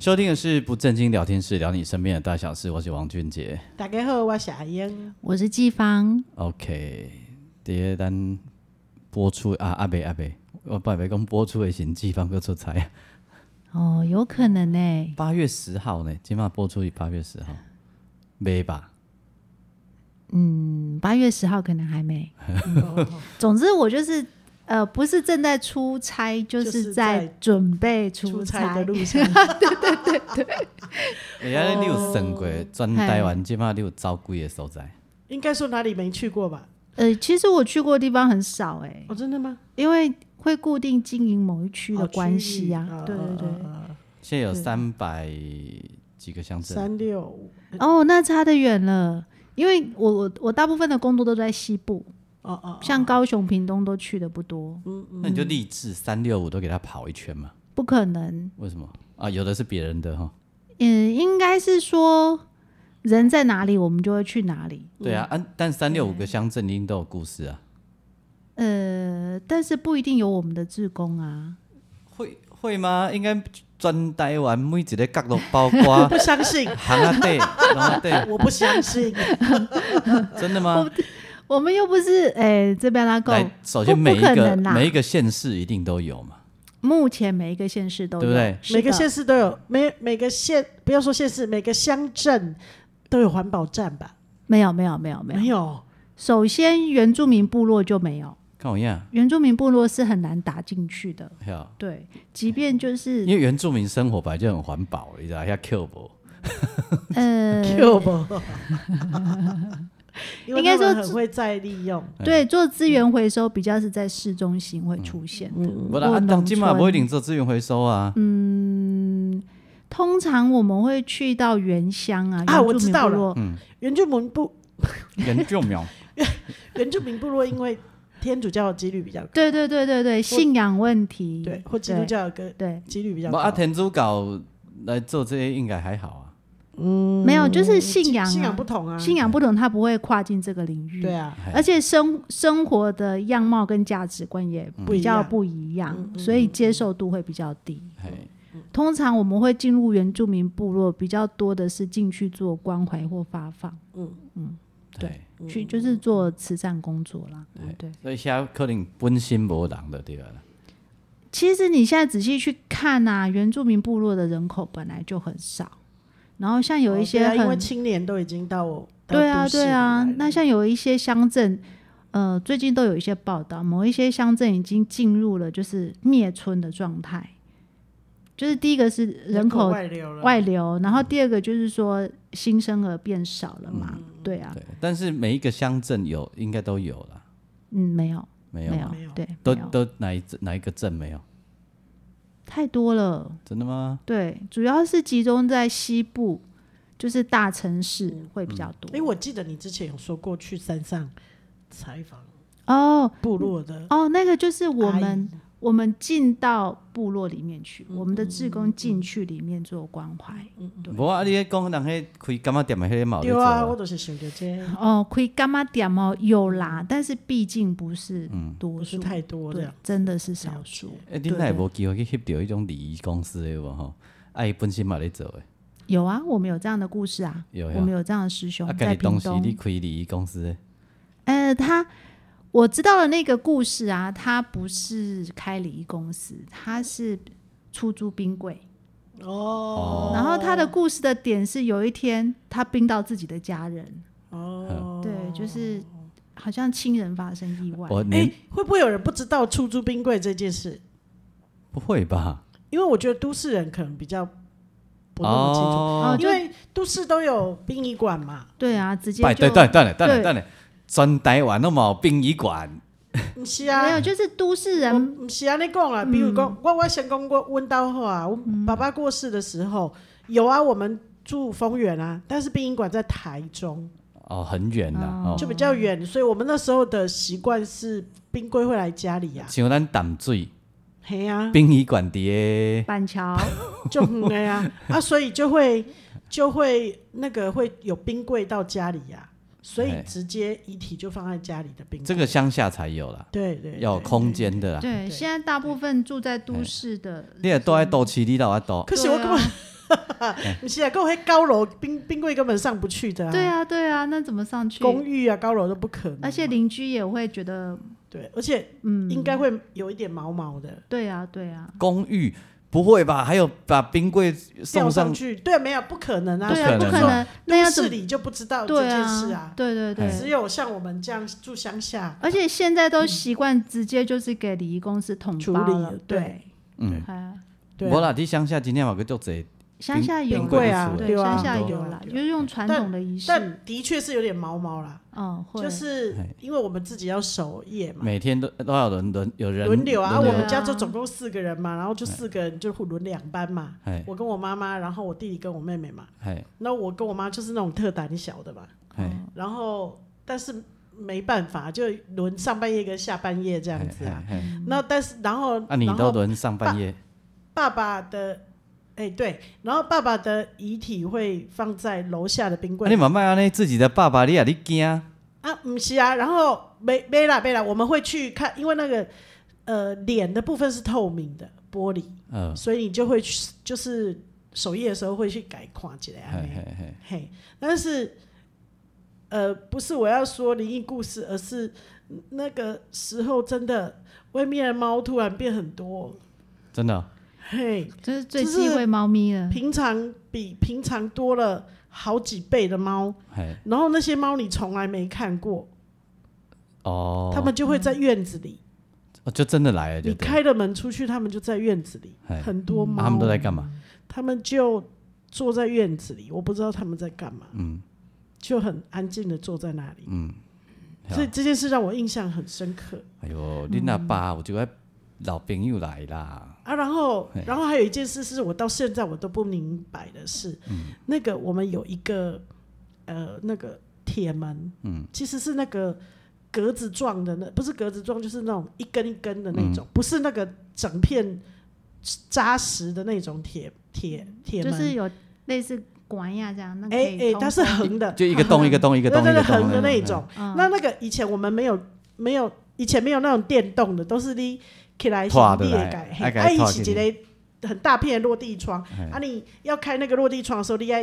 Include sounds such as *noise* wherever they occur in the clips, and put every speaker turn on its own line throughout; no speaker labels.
收听的是不正经聊天室，聊你身边的大小事。我是王俊杰。
大家好，我是阿英。
我是季芳，
OK，第一咱播出啊，阿伯阿伯，我爸爸讲播出的行迹方哥出差啊，
哦，有可能呢、
八月十号呢，今晚播出是八月十号，没吧？
嗯，八月十号可能还 *laughs* 没。总之，我就是呃，不是正在出差，就
就是
是
在
在准备
出
出
差
差
的。路上，
*laughs*
哎呀，你有算过转台湾，今晚你有走几个所在？
应该说哪里没去过吧？
呃，其实我去过的地方很少哎、
哦，真的吗？
因为会固定经营某一区的啊关系呀、
哦
对对对。，
现在有三百几个乡镇，
三六五
哦，那差得远了，因为我我我大部分的工作都在西部，
哦哦，
像高雄、屏东都去的不多，
那你就励志三六五都给他跑一圈嘛？
不可能。
为什么啊？有的是别人的哈。
嗯，应该是说人在哪里，我们就会去哪里。
对啊，啊，但三六五个乡镇一定都有故事啊。
呃，但是不一定有我们的志工啊。
会会吗？应该转台湾每一个角落，包括 *laughs*
不相
*laughs*
信，
行啊对，然后对，
我不相信，
真的吗？
我们又不是哎、这边拉够，
来，首先每一
不可
个
能啦
每一个县市一定都有嘛，
目前每一个县市都有，
对不对
是的
每个县市都有，每每个县不要说县市，每个乡镇都有环保站吧？
没有没有没有没有。
没有，
首先，原住民部落就没有，
看我一样，
原住民部落是很难打进去的。
对啊
对，即便就是
因为原住民生活本来就很环保，你知道，要 Q 不？
呃，
嗯
*laughs* 有不？因为
*laughs* 应该
他们
说
很会再利用，
对，做资源回收比较是在市中心会出现的。
嗯
不然啊，
农
当今嘛
村
不一定做资源回收啊，
通常我们会去到原乡啊，
啊
原
我
住
知
民
道
部
了
落
原住民部
原住 *laughs* 民
原住民部落因为天主教的几率比较高，
对对对对对，信仰问题，
对，或基督教的个
对，
几率比较
不
高。
啊，天主教来做这些应该还好啊。
没有就是信仰啊、
嗯信仰不同啊，
信仰不同，他不会跨进这个领域。
对，啊，
而且生生活的样貌跟价值观也
不一
比较
样嗯
不一样，所以接受度会比较低。
嘿，
通常我们会进入原住民部落，比较多的是进去做关怀或发放，
对，
嗯
去就是做慈善工作啦。对，
所以现在可能本身无人的对了啦。
其实你现在仔细去看啊，原住民部落的人口本来就很少，然后像有一
哦
些
对啊
很、
因为青年都已经到到
对啊
都市
对啊
里来，了
那像有一些乡镇，呃，最近都有一些报道，某一些乡镇已经进入了就是灭村的状态，就是第一个是人口
外流了，
外流，然后第二个就是说新生儿变少了嘛，对啊，
嗯对，但是每一个乡镇有应该都有啦，
嗯，没有
没有
没
吗？
有
没有
对，
都
没有
都哪一哪一个镇没有？
太多了。
真的吗？
对，主要是集中在西部，就是大城市会比较多。
因为哎我记得你之前有说过去山上采访
哦
部落
嗯
的，
哦，那个就是我
阿嗯
们我们进到部落里面去，我们的志工进去里面做关怀。
无啊，你咧讲人迄开干嘛店的迄个嘛有在
对
做
啊，我都是想着这，
哦，可以干嘛点哦，有啦，但是毕竟不是
嗯
多
嗯不是
数，
太多
对
的，，
真的是少数。
诶，欸你
对
哪会
对
无机会去翕到迄种礼仪公司的有无吼？啊，伊本身嘛咧做诶，
有啊，我们有这样的故事啊，
有
我们
呀。
有这样的师兄
啊，家
在
己
屏
当时你
东。
开礼仪公司的，
呃，他我知道的那个故事啊，他不是开礼仪公司，他是出租冰柜。
哦，
然后他的故事的点是，有一天他冰到自己的家人，
嗯
哦，
对，就是好像亲人发生意外。
我
哎
哦你，
会不会有人不知道出租冰柜这件事？
不会吧？
因为我觉得都市人可能比较不那么清楚，
哦，
因为都市都有殡仪馆嘛，
对啊，直接
拜
就
对对，等下等下
对
等下，全台湾都嘛有殡仪馆，
毋是
没有，
啊，
就是都市
我
人，
毋是安尼讲啦。啊比
嗯
如讲，我我先讲过温刀话，啊我爸爸过世的时候，有啊，我们住丰原啊，但是殡仪馆在台中，
哦，很远呐、
哦
哦，
就比较远，所以我们那时候的习惯是冰柜会来家里啊，
像咱淡水
嘿啊，
殡仪馆伫个，
板桥，
*laughs*
就很哎呀 *laughs* 啊，所以就会就会那个会有冰柜到家里呀、所以
哎
直接遗体就放在家里的冰柜。
这个乡下才有啦，
对对，
要有
对
空。间的啦。
对，现在大部分住在都市的，
哎你也住在都市，你倒在都
可是我根本
嗯
*laughs*
对啊，
你现在跟我那高楼冰冰柜根本上不去的、啊，
对啊，对啊，那怎么上去？
公寓啊高楼都不可能。
而且邻居也会觉得，
对，而且
嗯，
应该会有一点毛毛的。
对啊，对啊，
公寓，不会吧？还有把冰柜
吊
送
上
上
去，对，没有不可能啊，
对
所
啊，
以
不
就
可
说
能，那要
都
怎
市
么？
里就不知道这
对
件事啊
啊，，对对对，
只有像我们这样住乡下
而且现在都习惯直接就是给礼仪公司统
嗯处
包了
理，，
对，
嗯，
哎，
对啊，
无啦，你乡下今天嘛个足侪，
乡下有
冰
柜
啦
啊
对，
对啊
乡下
对
有
啊
啦，
对啊
就是用传
但
统的仪式，
但的确是有点毛毛啦，
嗯，会
就是
哎
因为我们自己要守夜嘛，
每天都都要轮轮有人
轮流啊，
轮
我
流
们家就总共四个人嘛，然后就四个人就轮两班嘛，
哎
我跟我妈妈，然后我弟弟跟我妹妹嘛，
哎
那我跟我妈就是那种特胆小的嘛，
哎，
然后但是没办法，就轮上半夜跟下半夜这
这
样子啊。。
嘿嘿
那但是然后，
啊，你
然
都
后
轮上半夜，
爸爸的，哎、对，然后爸爸的遗体会放在楼下的冰
啊，
柜
你。嘛卖安尼，自己的爸爸你也你惊，
啊，不是啊，然后没没啦没啦，我们会去看，因为那个呃脸的部分是透明的玻璃，
呃，
所以你就会去就是首页的时候会去改看起来
嘿
啊。
嘿嘿，
嘿，但是呃，不是我要说灵异故事，而是那个时候真的外面的猫突然变很多，
真的哦，
嘿，
这是最
就是
忌讳猫咪了，
平常比平常多了好几倍的猫，
嘿，
然后那些猫你从来没看过，
哦，
它们就会在院子里，
哦就真的来了，就
你
对，
开了门出去，它们就在院子里，
嘿
很多
啊
猫，
他们都在干嘛？
它们就坐在院子里，我不知道它们在干嘛，
嗯
就很安静的坐在那里，
嗯，
所以这件事让我印象很深刻。
哎呦，你那爸有一个老朋友来啦，
啊，然后
嘿，
然后还有一件事是我到现在我都不明白的是，
嗯
那个我们有一个呃那个铁门，嗯，其实是那个格子状的那，不是格子状，就是那种一根一根的那种，
嗯
不是那个整片扎实的那种铁铁铁
就
门，
是有类似管呀这样，那可
哎
以
哎，
通
它是
风
横的，*laughs*
就一个洞一个洞一个
对
洞一
对
个
对，
洞
横的那一种。
嗯
那那个以前我们没有没有，以前没有那种电动的，都是你起来
拖
你也
的来
改，
啊
嘿
给
啊，
它
伊
拖
是
进
一个很大片的落地窗，
嘿
啊，你要开那个落地窗的时候，你要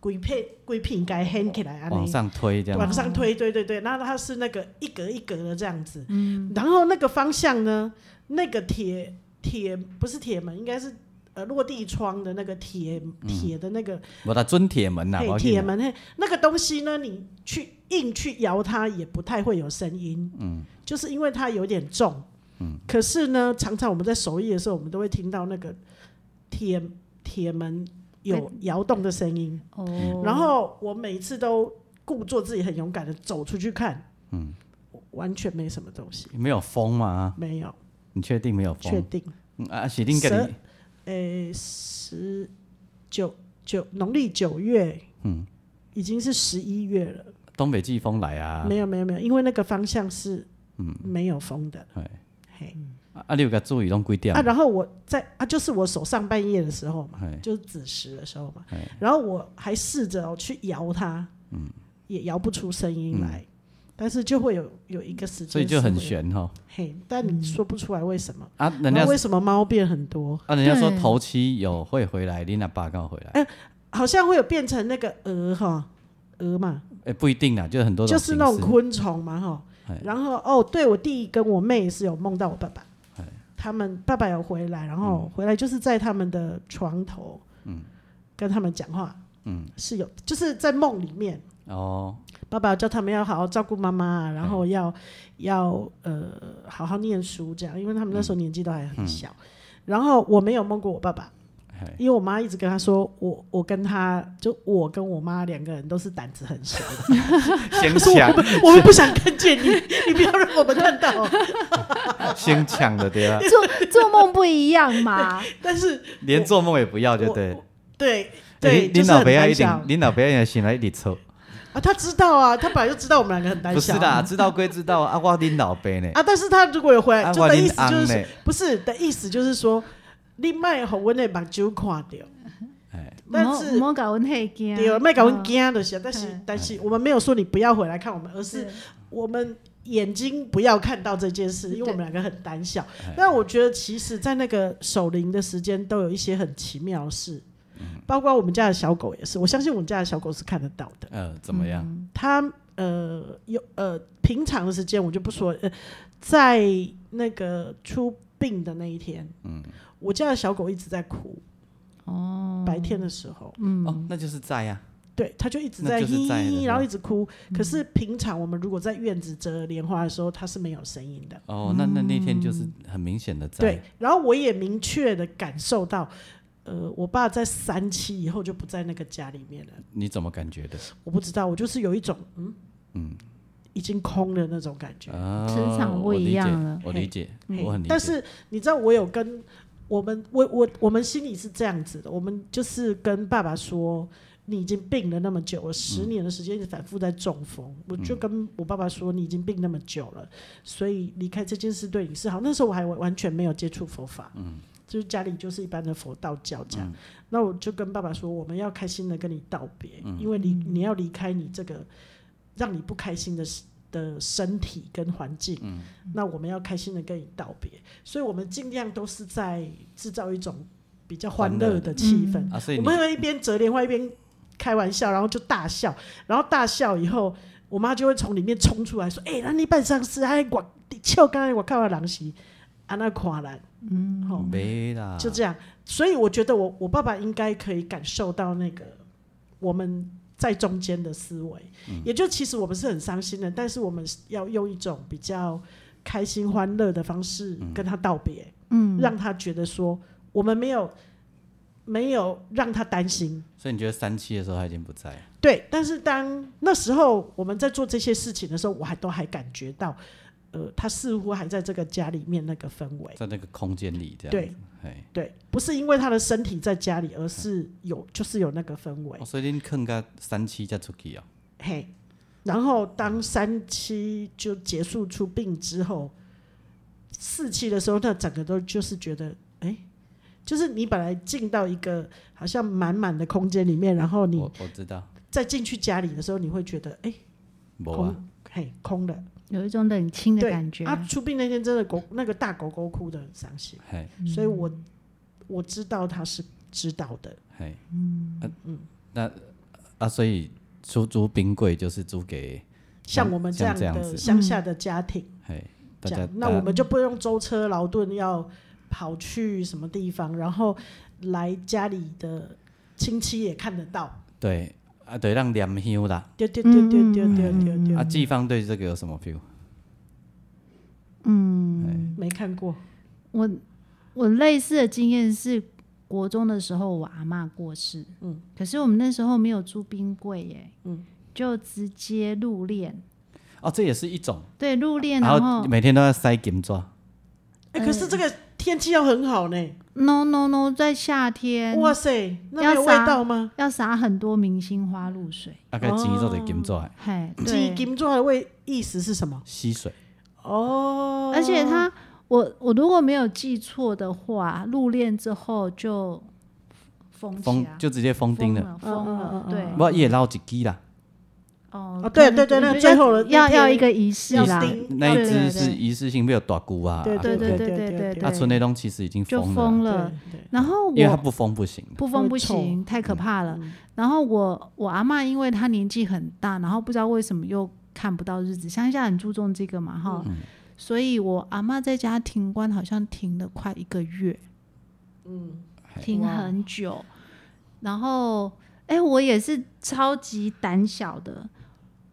规片规片该掀起来，啊，
往
你
上推这样
往
子，
上推，对对对，那它是那个一格一格的这样子，
嗯
然后那个方向呢，那个铁铁不是铁门，应该是。呃，落地窗的那个铁
嗯
铁的那个
我的尊铁门呐，啊
嘿
我
铁门嘿，那个东西呢，你去硬去摇它也不太会有声音，嗯，就是因为它有点重，嗯，可是呢，常常我们在手艺的时候，我们都会听到那个铁铁门有摇动的声音，
嗯
哦，
然后我每次都故作自己很勇敢的走出去看，嗯，啊完全没什么东西，
没有风吗？
没有，
你确定没有
确
风？
定，
嗯啊，是恁家
蛇
己
诶，十九九农历九月，嗯，已经是十一月了。
东北季风来啊？嗯
没有没有没有，因为那个方向是没有风的。嘿
啊啊，你有甲注意拢几点
啊，？然后我在啊，就是我手上半夜的时候嘛
嘿，
就是子时的时候嘛，然后我还试着哦去摇它，
嗯
也摇不出声音来，但是就会有有一个时间，
所以就很。悬吼。
嘿，但你说不出来为什么？
啊，人家
那为什么猫变很多？
啊，人家说
对
头七有会回来，你那爸刚好回来，
好像会有变成那个蛾哈，蛾嘛，
哎，不一定啦，就是很多
就是那
种
种
形式
昆虫嘛哈
哎。
然后哦，对我弟跟我妹是有梦到我爸爸，
哎
他们爸爸有回来，然
嗯
后回来就是在他们的床头，跟他们讲话，
嗯
是有就是在梦里面， *laughs*
哦，
爸爸叫他们要好好照顾妈
哎
妈，然后要要呃
嗯
好好念书这样，因为他们那时候年纪都还很小。然后我没有梦过我爸爸，
嘿
因为我妈一直跟她说，我我跟她就我跟我妈两个人都是胆子很小的，
先
可是我
抢
们
*laughs*
我们不想看见你， *laughs* 你不要让我们看到。 *laughs*
先抢的对
啊
吧？
做做梦不一样嘛，
但是
连做梦也不要，就对。
对
欸你
对，就
你
是
老
很
啊
爸要
胆
一定
小，
你老爸要醒来一直抽，
啊，她知道啊，她本来就知道我们两个很胆
不是
小。
啦，知道归知道啊，我恁老爸呢？
啊，但是他如果有回来，
啊
就
我
的
恁
意思就是
翁
说
呢
不是的意思就是说，你卖互阮的目睭看到，
哎，
但是
莫搞阮太惊，
对，卖搞阮
嗯
惊的是，但是
嗯
但是我们没有说你不要回来看我们，而是
对
我们眼睛不要看到这件事，因为我们两个很胆小。但我觉得其实，在那个守灵的时间，都有一些很奇妙的事，包括我们家的小狗也是。我相信我们家的小狗是看得到的。
呃，怎么样？
它呃有呃平常的时间我就不说，呃，在那个出殡的那一天，嗯，我家的小狗一直在哭。哦，白天的时候，
哦，那就是在
啊
呀，
对，它就一直
那
在
就是嗯
咦
在的
咦，
对
然后一直哭。可是平常我们如果在院子折莲花的时候，它是没有声音的。
哦，那那那天就是很明显的在，
嗯对，然后我也明确的感受到，呃，我爸在三期以后就不在那个家里面了。
你怎么感觉的？
我不知道，我就是有一种嗯嗯，已经空了那种感觉。
啊
磁场不一样了
我理解，我理
啊嘿
解，我很理解。
嗯但是你知道，我有跟我们，我我我们心里是这样子的，我们就是跟爸爸说，你已经病了那么久了，十年的时间一直反复在中风，我就跟我爸爸说，你已经病那么久了，所以离开这件事对你是好。那时候我还完完全没有接触佛法，嗯。就是家里就是一般的佛道教这
嗯
样，那我就跟爸爸说，我们要开心的跟你道别，
嗯
因为你你要离开你这个让你不开心的事的身体跟环境，那我们要开心的跟你道别，所以我们尽量都是在制造一种比较欢乐的气氛。
嗯
啊，所以
我
你
们会一边折莲花一边开玩笑，然后就大笑，然后大笑以后，我妈就会从里面冲出来说：“哎、那你办丧事，哎，我笑刚才我看到狼席，安那垮了。”嗯，吼，
没
啊
啦，
就这样。所以我觉得我我爸爸应该可以感受到那个我们在中间的思维，
嗯
也就其实我们是很伤心的，但是我们要用一种比较开心欢乐的方式跟他道别，嗯，让他觉得说我们没有没有让他担心。
所以你觉得三期的时候他已经不在了，
对，但是当那时候我们在做这些事情的时候，我还都还感觉到，呃，他似乎还在这个家里面那个氛围。
在那个空间里这样。
对，
哎，
对，不是因为他的身体在家里，而是有就是有那个氛围
哦，。所以你坑个三期才出去哦。
嘿，然后当三期就结束出殡之后，四期的时候，那整个都就是觉得，哎、就是你本来进到一个好像满满的空间里面，然后你
我我知道，
再进去家里的时候，你会觉得，哎、
没
空，
啊，
嘿，空了。
有一种冷清的
对
感觉。
啊，出殡那天真的狗那个大狗狗哭得很伤心，
嘿，
所以我我知道他是知道的。
嘿，嗯那啊，所以出租冰柜就是租给
像我们这样
像这样
的
子
乡下的家庭，
嘿大
这
家
样，，那
大家
我们就不用舟车劳顿要跑去什么地方，然后来家里的亲戚也看得到。
对啊，对，让念香啦。
丢丢丢丢丢丢丢
啊，
丢，
季芳对这个有什么 feel？
没看过。
我我类似的经验是国中的时候，我阿嬷过世，嗯，可是我们那时候没有租冰柜耶，嗯，就直接入殓，
哦，这也是一种，
对，入殓，
然
然
后
哦
后
每天都要塞金抓。
哎，可是这个天气要很好呢。
no no no，在夏天
哇塞，那没
要
有味
撒
道吗？
要洒很多明星花露水，
啊，该钱做得金纸
哦
的
嘿，
鸡
对，
金抓的味意思是什么？
吸水，
哦，
而且他我我如果没有记错的话，入殓之后就封起
封
啊
来，
就直接封钉了。
了，
嗯
封了，对，
我也捞一支啦，
哦
啊对对对那最后的
要
那天
要一个仪式
要
啦，
钉
那一
对对
只是
对
一次性，没有大菇啊，
对
对对
对
对
对
对
对
对，
啊，村内东其实已经
就
封
封
了，
了
对。对
然后
因为它
我
不封不行的。
不嗯封不
会臭
行，太可怕了。然后我我阿嬷因为她年纪很大，然后不知道为什么又看不到日子，乡下很注重这个嘛哈，所以我阿嬷在家停棺好像停了快一个月，嗯，停很久。然后哎、我也是超级胆小的，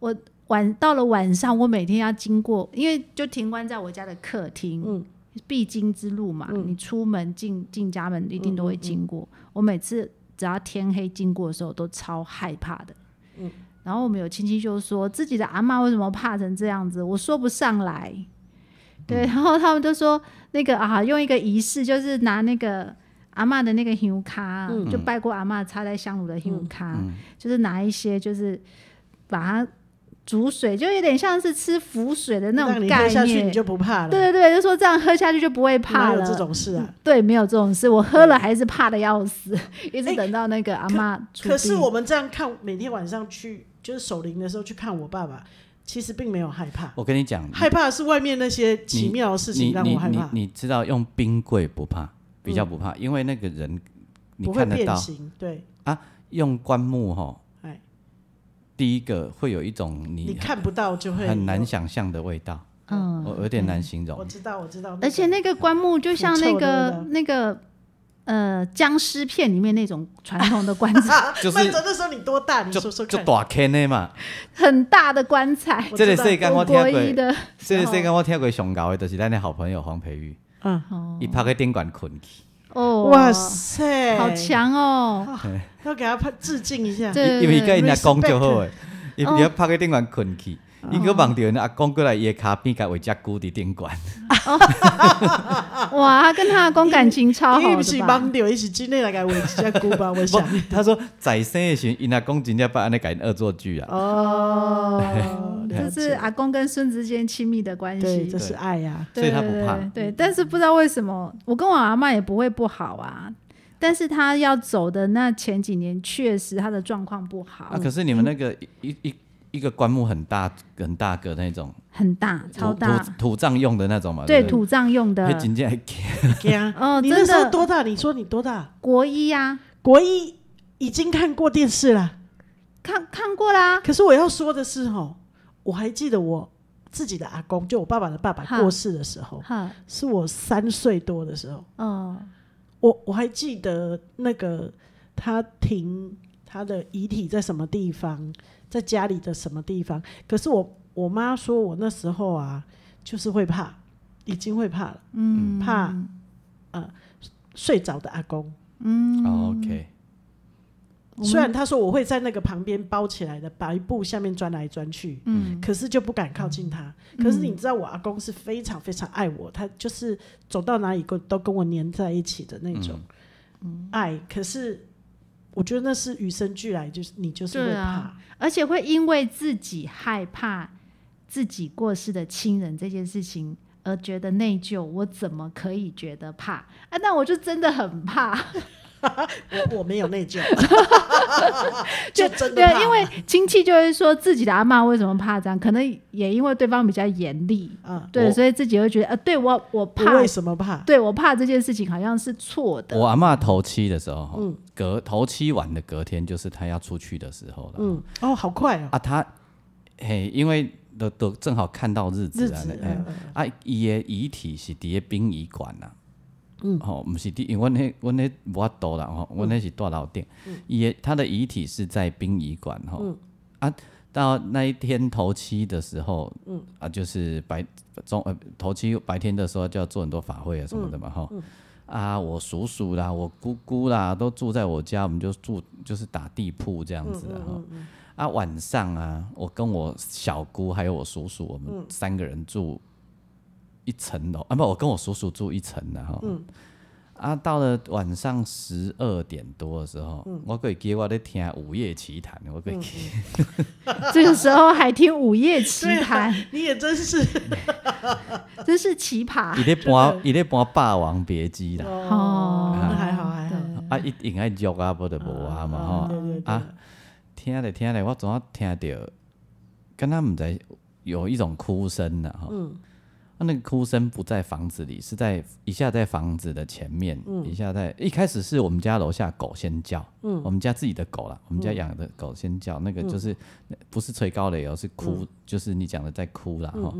我。晚到了晚上，我每天要经过，因为就停棺在我家的客厅，
嗯
必经之路嘛，你出门进进家门一定都会经过。我每次只要天黑经过的时候，都超害怕的。
嗯
然后我们有亲戚就说自己的阿嬷为什么怕成这样子，我说不上来。
嗯
对，然后他们就说那个啊，用一个仪式，就是拿那个阿嬷的那个香卡，啊
嗯
就拜过阿嬷插在香炉的香卡，
嗯
就是拿一些就是把它煮水，就有点像是吃浮水的那
让
种
你
概
喝
念。
下去你就不怕了，
对对对，就说这样喝下去就不会怕
哪有
了。
这种事啊？
对，没有这种事，我喝了还是怕的要死， *laughs* 一直等到那个阿
可
嬷出
可是
殡
我们这样看，每天晚上去就是守灵的时候去看我爸爸，其实并没有害怕，
我跟你讲，
害怕的是外面那些奇妙的事
你
情让
嗯你
我害
你
怕，嗯
你知道用冰柜不怕，比较不怕，因为那个人你
不会
看得
变
到，
形。对，
用棺木吼，
哎，
第一个会有一种你
你看不到就会
很难。想象的味道，
嗯，
我有点难形容
我。知道，我知道。
而且那个棺木就像那
臭的
个那个呃僵尸片里面那种传统的棺材，
*laughs*
就是
慢走那时候你多大？你
就
说说
就
看。
大坑的嘛。
*laughs* 很大的棺材，
我
这个
知道
世界我
我
听
国一
过，
的
这个世界我听过上高的，就是咱的好朋友黄培玉，
嗯，
哦
伊趴个宾馆困去，
哦，
哇，塞，
好！强哦，
*laughs* 要给他拍致敬一下。
因
对
因为跟人家讲
respect
就好诶，伊
哦
伊趴个宾馆困去，伊个望到因阿公过来伊的骹边甲围只久伫宾 *laughs*
哦
馆，
哇，他跟他阿公感情超好
你不是
的吧？
忙掉，一起今天来给我一下鼓吧，我
*laughs*
想。
他说在生的时候，因阿公真正把安尼甲因恶作剧啊，
哦，
这
了
是
解
阿公跟孙子之间亲密的关
对，
系
这，是爱啊呀、
所以他不怕
对对对，但是不知道为什么，我跟我阿嬷也不会不好啊。但是他要走的那前几年，确实他的状况不好，
啊，可是你们那个一一一一个棺木很大很大个那种，
很大，超
土
大，
土土葬用的那种嘛，
对
不
土葬用
对，
的
迄真正会
对呀。
哦
你那
真
时候
的
多大？你说你多大？
国一啊呀、
国一已经看过电视了。
看看过啦。
可是我要说的是，吼，我还记得我自己的阿公，就我爸爸的爸爸
哈
过世的时
哦
候，
哈，
是我三岁多的时候。
哦，
我我还记得那个他停他的遗体在什么地方，在家里的什么地方。可是我我妈说我那时候啊，就是会怕，已经会怕了，
嗯，
怕呃睡着的阿公。
嗯
哦 OK，
我们
虽然他说我会在那个旁边包起来的白布下面钻来钻去，
嗯，
可是就不敢靠近他。可是你知道，我阿公是非常非常爱我，他就是走到哪里都都跟我黏在一起的那种嗯爱。可是我觉得那是与生俱来，就是你就是会
对
怕。
啊而且会因为自己害怕自己过世的亲人这件事情而觉得内疚，我怎么可以觉得怕啊？那我就真的很怕，
我我没有内疚，就
就
真的怕
对，因为亲戚就会说自己的阿嬷为什么怕这样，可能也因为对方比较严厉，
啊，
对，
我
所以自己会觉得呃，对我我
我
怕
为，什么怕？
对我怕这件事情好像是错的，
我阿嬷头七的时候，
嗯
吼隔头七晚的隔天就是她要出去的时候了。
嗯，哦，好快哦，
啊，她嘿，因为都都正好看到日
日
子啊，
子
嘿
嗯嗯
啊，伊的遗体是伫咧殡仪馆啦。嗯，吼、毋是伫，因为阮迄阮迄无法度啦，吼，阮迄是大楼顶。伊、的他的遗体是在殡仪馆吼。啊，到那一天头七的时候，嗯，啊，就是白中呃头七白天的时候就要做很多法会啊什么的嘛，吼、啊，我叔叔啦，我姑姑啦，都住在我家，我们就住就是打地铺这样子啊，吼、啊，晚上啊，我跟我小姑还有我叔叔，我们三个人住一层楼啊，不，我跟我叔叔住一层然后，啊，到了晚上十二点多的时候，我可以记得我在听《午夜奇谈》，我可以 *laughs* 记得
这个时候还听午夜奇
*laughs*
谈，
你也真是
真是奇葩
伊咧播伊咧播《霸王别姬》啦，
哦
哦，
那还好还好，嗯
啊，一定爱约啊，不得无啊嘛吼，
对对对
啊，听咧听咧，我怎啊听着，跟他们在有一种哭声呐、
嗯
哈。啊那个哭声不在房子里，是在一下在房子的前面，一下在一开始是我们家楼下狗先叫，
嗯
我们家自己的狗啦，我们家养的狗先叫，那个就是、不是吹高雷哦，是哭，就是你讲的在哭
嗯
啦哈，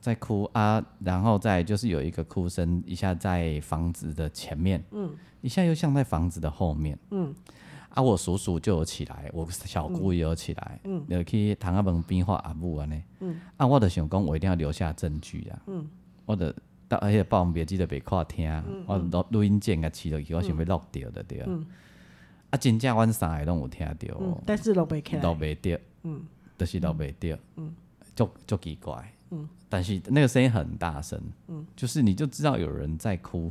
在哭啊，然后再就是有一个哭声，一下在房子的前面，一下又像在房子的后面，啊，我叔叔就有起来，我小姑也有起来，嗯，就去唐阿门边画阿母安尼，嗯，啊，我就想讲，我一定要留下证据啊，嗯，我就到迄个霸王别姬就袂看听，啊我录录音键甲饲落去，我想要录着着对啊。啊，真正阮三个拢有听着
嗯
哦，，
但是拢袂起
录
来，
袂着，
嗯
就是录袂着，足足奇怪，
嗯
但是那个声音很大声，就是你就知道有人在哭，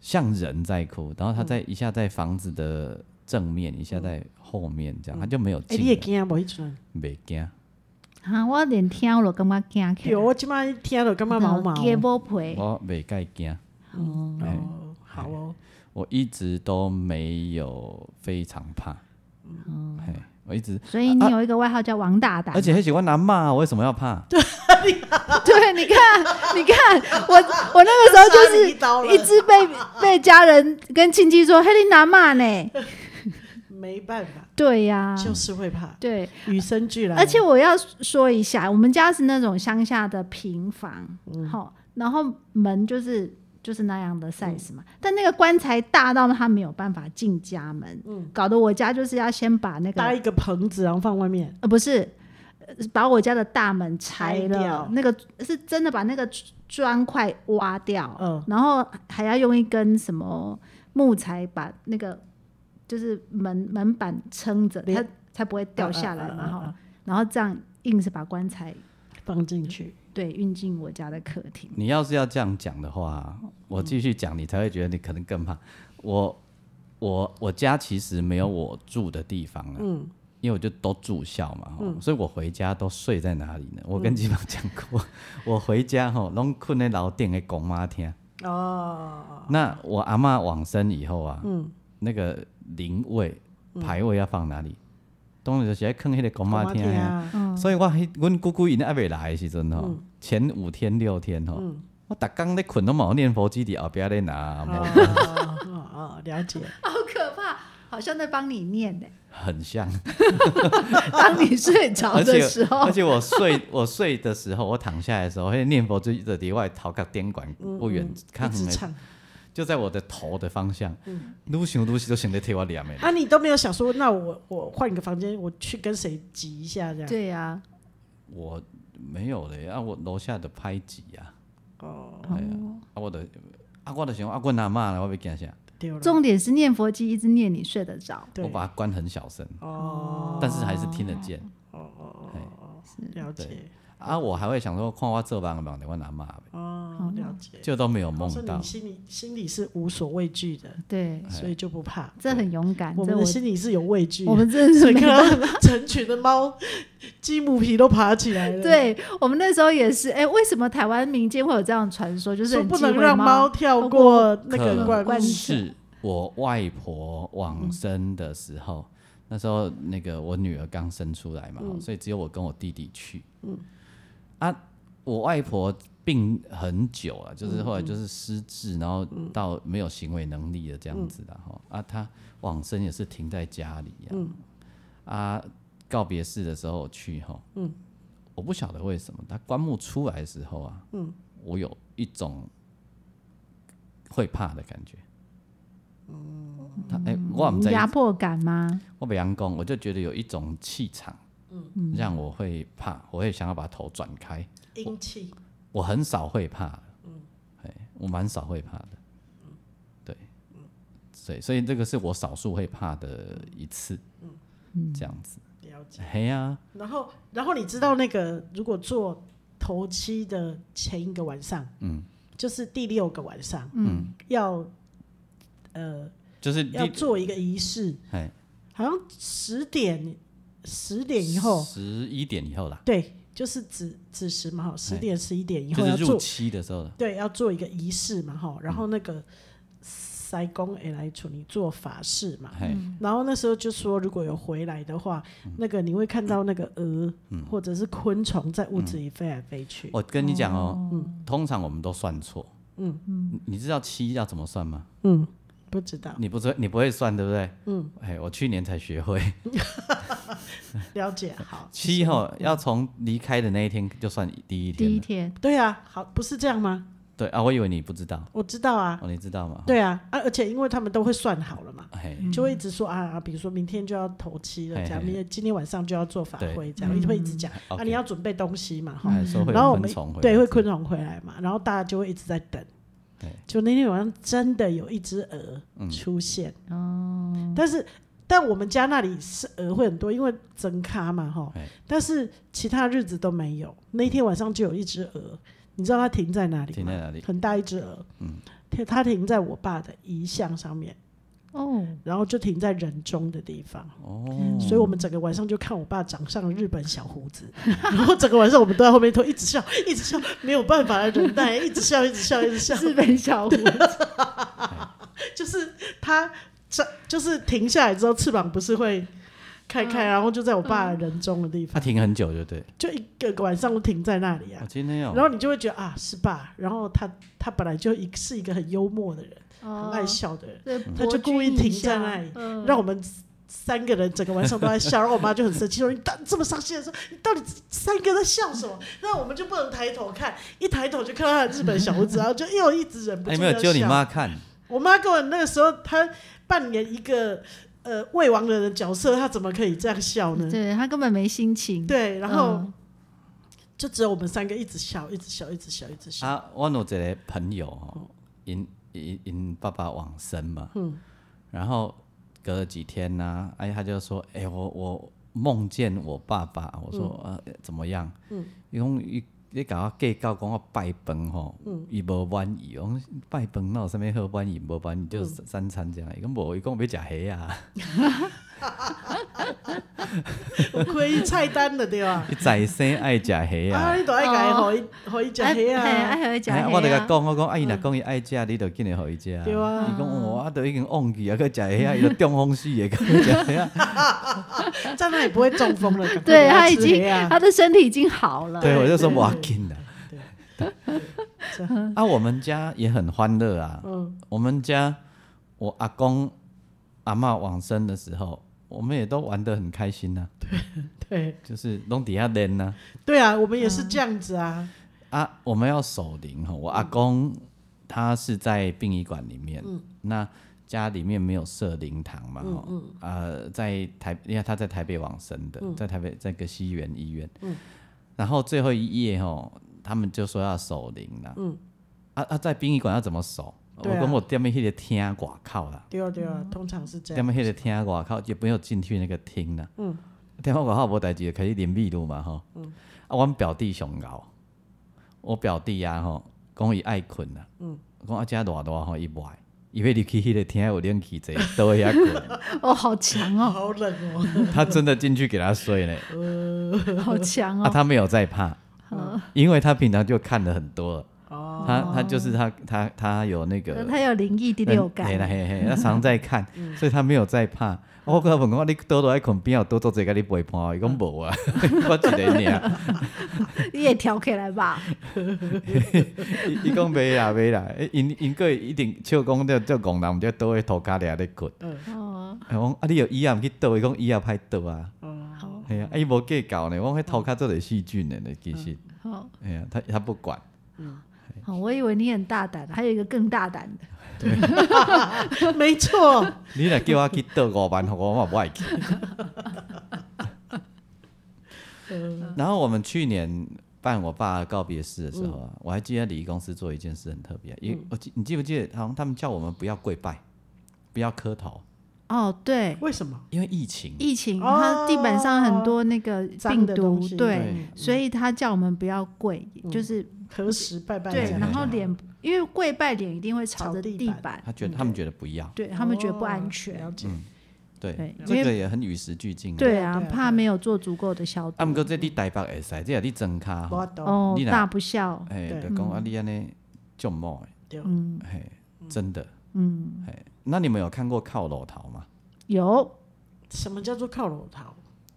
像人在哭，然后他在一下在房子的正面，一下在后面，这样他就没有
嗯哎、你会
进
惊无？迄阵，
来，袂惊，
哈，我连听我就感觉惊起
有啊
来，
我即摆听了感觉毛毛。
鸡毛
哎
皮，
我袂介惊。
哦，
哎
哦，好哦，
我一直都没有非常怕，
嗯
嘿，我一
啊
直，
所以你有一个外号叫王大胆
而，且很喜欢拿骂，我为什么要怕？
对，你看， *laughs* 你看，我我那个时候就
*laughs* 杀你一刀
是
了
一直被被家人跟亲戚说黑林拿骂呢，
没办法，
对呀、
就是会怕，
对，
与生俱来。
啊而且我要说一下，我们家是那种乡下的平房，好、然后门就是就是那样的 size 嘛，但那个棺材大到他没有办法进家门，搞得我家就是要先把那个
搭一个棚子，然后放外面，
呃，不是，呃把我家的大门拆
拆
了
掉，
那个是真的把那个砖块挖掉，
嗯
然后还要用一根什么木材把那个就是门门板撑着，它
连
才不会掉下来
嗯嗯
嘛
嗯
哈、
嗯
然后这样硬是把棺材
放进去。
对运进我家的客厅。
你要是要这样讲的话，我继续讲，你才会觉得你可能更怕。我我我家其实没有我住的地方啊，
嗯，
因为我就都住校嘛，吼所以我回家都睡在哪里呢？
嗯
我跟基芳讲过， *laughs* 我回家吼拢困在楼顶的公妈厅。
哦，嗯
那我阿嬷往生以后啊，那个灵位牌位要放哪里？当然就是在坑迄个公
我
妈
听
厅啊。
啊，
嗯，
所以我迄阮姑姑因还未来的时阵吼，前五天六天吼，我逐工咧困都冇念佛机伫后壁咧拿，
哦
无
哦哦，了 *laughs* 解。
*laughs* 好可怕，好像在帮你念呢、 *laughs*
很像。
当你睡着
而
的
且
时候
*laughs* 而，且我睡我睡的时候，我躺下来的时候，迄念佛机的伫我的头壳顶管不远，看
一直
的
唱
就在我的头的方向，愈想愈是都想咧替我念的。
啊，你都没有想说，那我我换个房间，我去跟谁挤一下这样？
对呀、
我没有嘞，啊，我楼下的拍挤啊，
哦，
哎呀，啊，我的啊，我的想啊，阮阿嬷啦，我要惊啥？
丢了。
重点是念佛机一直念，你睡得着。
对
我，把它关很小声，
哦，
但是还是听得见。
了解，
啊，我还会想说，看我这帮忙的，我阿嬷呗，
哦，了解。
就都没有梦
所以
到
你。心里心里是无所畏惧的，
对，
嗯
所以就不怕。
这很勇敢，
我
这
们的心里是有畏惧的，
我
*laughs*
们真的是
整
没办法。
个 *laughs* 成群的猫，鸡母皮都爬起来了。，
对我们那时候也是，哎，为什么台湾民间会有这样的传说？就是
说
很
不
忌
能
讳
让猫
猫
跳过那
可
个嗯
能
灌
灌
是我外婆往生的时候，那时候那个我女儿刚生出来嘛，
嗯
所以只有我跟我弟弟去。啊，我外婆病很久了，就是
嗯
后来就是失智，然后到没有行为能力的这样子的哈。啊，她往生也是停在家里
嗯
呀、啊。告别式的时候去哈，我不晓得为什么她棺木出来的时候啊，我有一种会怕的感觉。嗯，他哎、我唔知
压迫感吗？
我北阳讲，我就觉得有一种气场，嗯，让我会怕，我会想要把头转开。
阴气。
我很少会怕的，嗯，我蛮少会怕的，对，所以所以这个是我少数会怕的一次，嗯，这样子，
了解。
嘿呀、
然后，然后你知道那个，如果做头七的前一个晚上，嗯，就是第六个晚上，嗯，要呃
就是
要
第
做一个仪式，
哎
好像十点十点以后，
十一点以后啦，
对，就是子子时嘛，哈，十点十一点以
哎就
后
是
要
入
做，
期的时候了，
对，要做一个仪式嘛，
嗯
哈，然后那个塞公也来处理做法事嘛，
嘿，嗯
然后那时候就说，如果有回来的话，那个你会看到那个蛾、或者是昆虫在屋子里飞来飞去。
嗯我跟你讲哦，通常我们都算错，嗯嗯，你知道七要怎么算吗？
嗯，不知道，
你不知你不会算对不对？嗯，哎，我去年才学会嗯
了解好。
七吼，要从离开的那一天就算第一
第
天
一
了。
天，
对啊，好，不是这样吗？
对啊，我以为你不知道，
我知道啊，
哦，你知道吗？哎
对啊，啊，而且因为他们都会算好了嘛，
嘿，
就会一直说啊，啊比如说明天就要头七了，
嘿
这样，
嘿
明天今天晚上就要做法
对嗯
会，这样会一直讲啊，
OK
你要准备东西嘛，哈，
哎说会
然后
有
我
昆
们
虫回来，
对会昆虫回来嘛，然后大家就会一直在等
对。嗯
就那天晚上真的有一只鹅出现，哦，但是但我们家那里是鹅会很多，因为增咖嘛哈
哎，
但是其他日子都没有。那天晚上就有一只鹅，你知道它停在哪里吗？
停在哪里
很大一只鹅，嗯，它停在我爸的遗像上面，
哦，
然后就停在人中的地方。
哦，
所以我们整个晚上就看我爸长上了日本小胡子， *laughs* 然后整个晚上我们都在后面头一直笑，一直笑，没有办法来忍耐，一直笑，一直笑，一直笑，
日本小虎，
就是他这就是停下来之后，翅膀不是会开开，然后就在我爸人中的地
他
方，
停很久就对，
就一个个晚上都停在那里啊
我。今天
然
哦，
后你就会觉得啊，是爸。然后他他本来就一是一个很幽默的人，
哦
很爱笑的人，
嗯
他
对
就故意停在那里，
嗯
让我们三个人整个晚上都在笑，然后我妈就很生气说：“你到这么伤心的时候，你到底三个在笑什么？”那我们就不能抬头看，一抬头就看到他的日本小胡子，然后就又一直忍不
哎，
住
没有
要
叫你
笑
妈看，
我妈跟我那个时候，她扮演一个呃未亡人的角色，她怎么可以这样笑呢？
对他根本没心情。
对，
嗯，
然后就只有我们三个一直笑，一直笑，一直笑，一直 *laughs* 笑。
啊，我有一个朋友哦，因因因爸爸往生嘛，
嗯
然后隔了几天呢、哎，他就说，哎、我我梦见我爸爸，我说、呃怎么样？嗯，伊讲伊你甲我计较讲我拜饭吼，伊无满意，我讲拜饭哪有啥物好满意，无满意就三三餐这样，伊讲无，伊讲要食虾啊， *laughs*
有开菜单的对吧？
伊在生爱食虾
啊，
啊。
你都爱改互伊互伊食黑
哦哎
啊，
哎，还会讲
哎，我就甲讲，我讲，啊，伊若讲伊爱食，你就紧来互伊食。
对啊
伊讲，哦，啊，都已经忘记啊，佮食虾，伊就中风死的，佮食 *laughs* 虾。
这样她也不会中风了。赶快
对
给她
他已
吃
经
黑啊
他的身体已经好了。
对，我就说
对
哇，紧啦
对。
对啊，我们家也很欢乐啊。
嗯
我们家我阿公阿嬷往生的时候，我们也都玩得很开心呐、
对
就是拢底下练呐。
对啊，我们也是这
嗯
样子啊。
啊，我们要守灵哈。我阿公他是在殡仪馆里面，
嗯
那家里面没有设灵堂嘛，哈、
嗯
呃，在台，因为他在台北往生的，在台北在个西园医院，
嗯
然后最后一夜哈，他们就说要守灵了，
嗯
啊啊，在殡仪馆要怎么守？
对啊
我跟我店面迄个厅外口啦，
对啊对
嗯
啊，通常是这
店
样。
面迄个厅外口也没有进去那个厅啦，嗯，店面外口无代志，开始啉秘鲁嘛吼，啊，阮表弟上高，我表弟啊吼，讲伊爱困啦，嗯，讲啊遮热热吼，伊无爱，伊要入去迄个厅有冷气坐，倒位遐 *laughs* 困，
哦，好强哦，
好冷哦，
他真的进去给他睡呢，
好强
*laughs* 啊，
哦。
他没有在怕，因为他平常就看了很多了，
*laughs* 哦，
他他就是他他他有嗯那个
他有灵异第六
嘿啦
感，嗯
嘿
*laughs*
嘿，他常在看，所以他没有在怕。我跟他问讲，你倒落来困边有多做这个你陪伴，伊讲
*laughs*
无啊，我一个尔。
你也挑起来
*laughs*
吧。
伊伊讲袂啦袂啦，诶因因个一定笑讲这这戆人，毋知倒去涂骹底咧困。
哦，
我讲啊，你有椅啊，毋去倒，伊讲椅啊歹倒啊。
好，
系啊，啊伊无计较呢，我讲迄涂骹做者细菌的呢，其实，
好，
哎呀，他他不管。
好，哦我以为你很大胆，啊还有一个更大胆的。
没错，
你若叫我去倒五万，我嘛不爱去。
嗯
然后我们去年办我爸的告别式的时候
嗯
啊，我还记得礼仪公司做一件事很特别，啊因为我记你记不记得，好像他们叫我们不要跪拜，不要磕头，
哦，对，
为什么？
因为疫情。
疫情，
哦
它地板上很多那个
脏
病
的
毒
东，西
对，
对
所以他叫我们不要跪，就是
何时拜拜
对
这，样？
然后脸，因为跪拜脸一定会朝着
朝地
地
板
板，
他觉得他们觉得不要，
对他们觉得不安
哦
全
了，解，
对
对，
这个也很与时俱进啊。
对
对啊
啊
对啊，
怕没有做足够的消
啊，毋
毒，
过这你台北会使，这也你装卡
我
吼，
懂。
哦
你，若
大不孝，
哎，
对嗯
就讲啊，你安尼就莫
对
的，嘿，真的，嗯，嘿，那你们有看过靠楼头吗？
有，
什么叫做靠楼桃？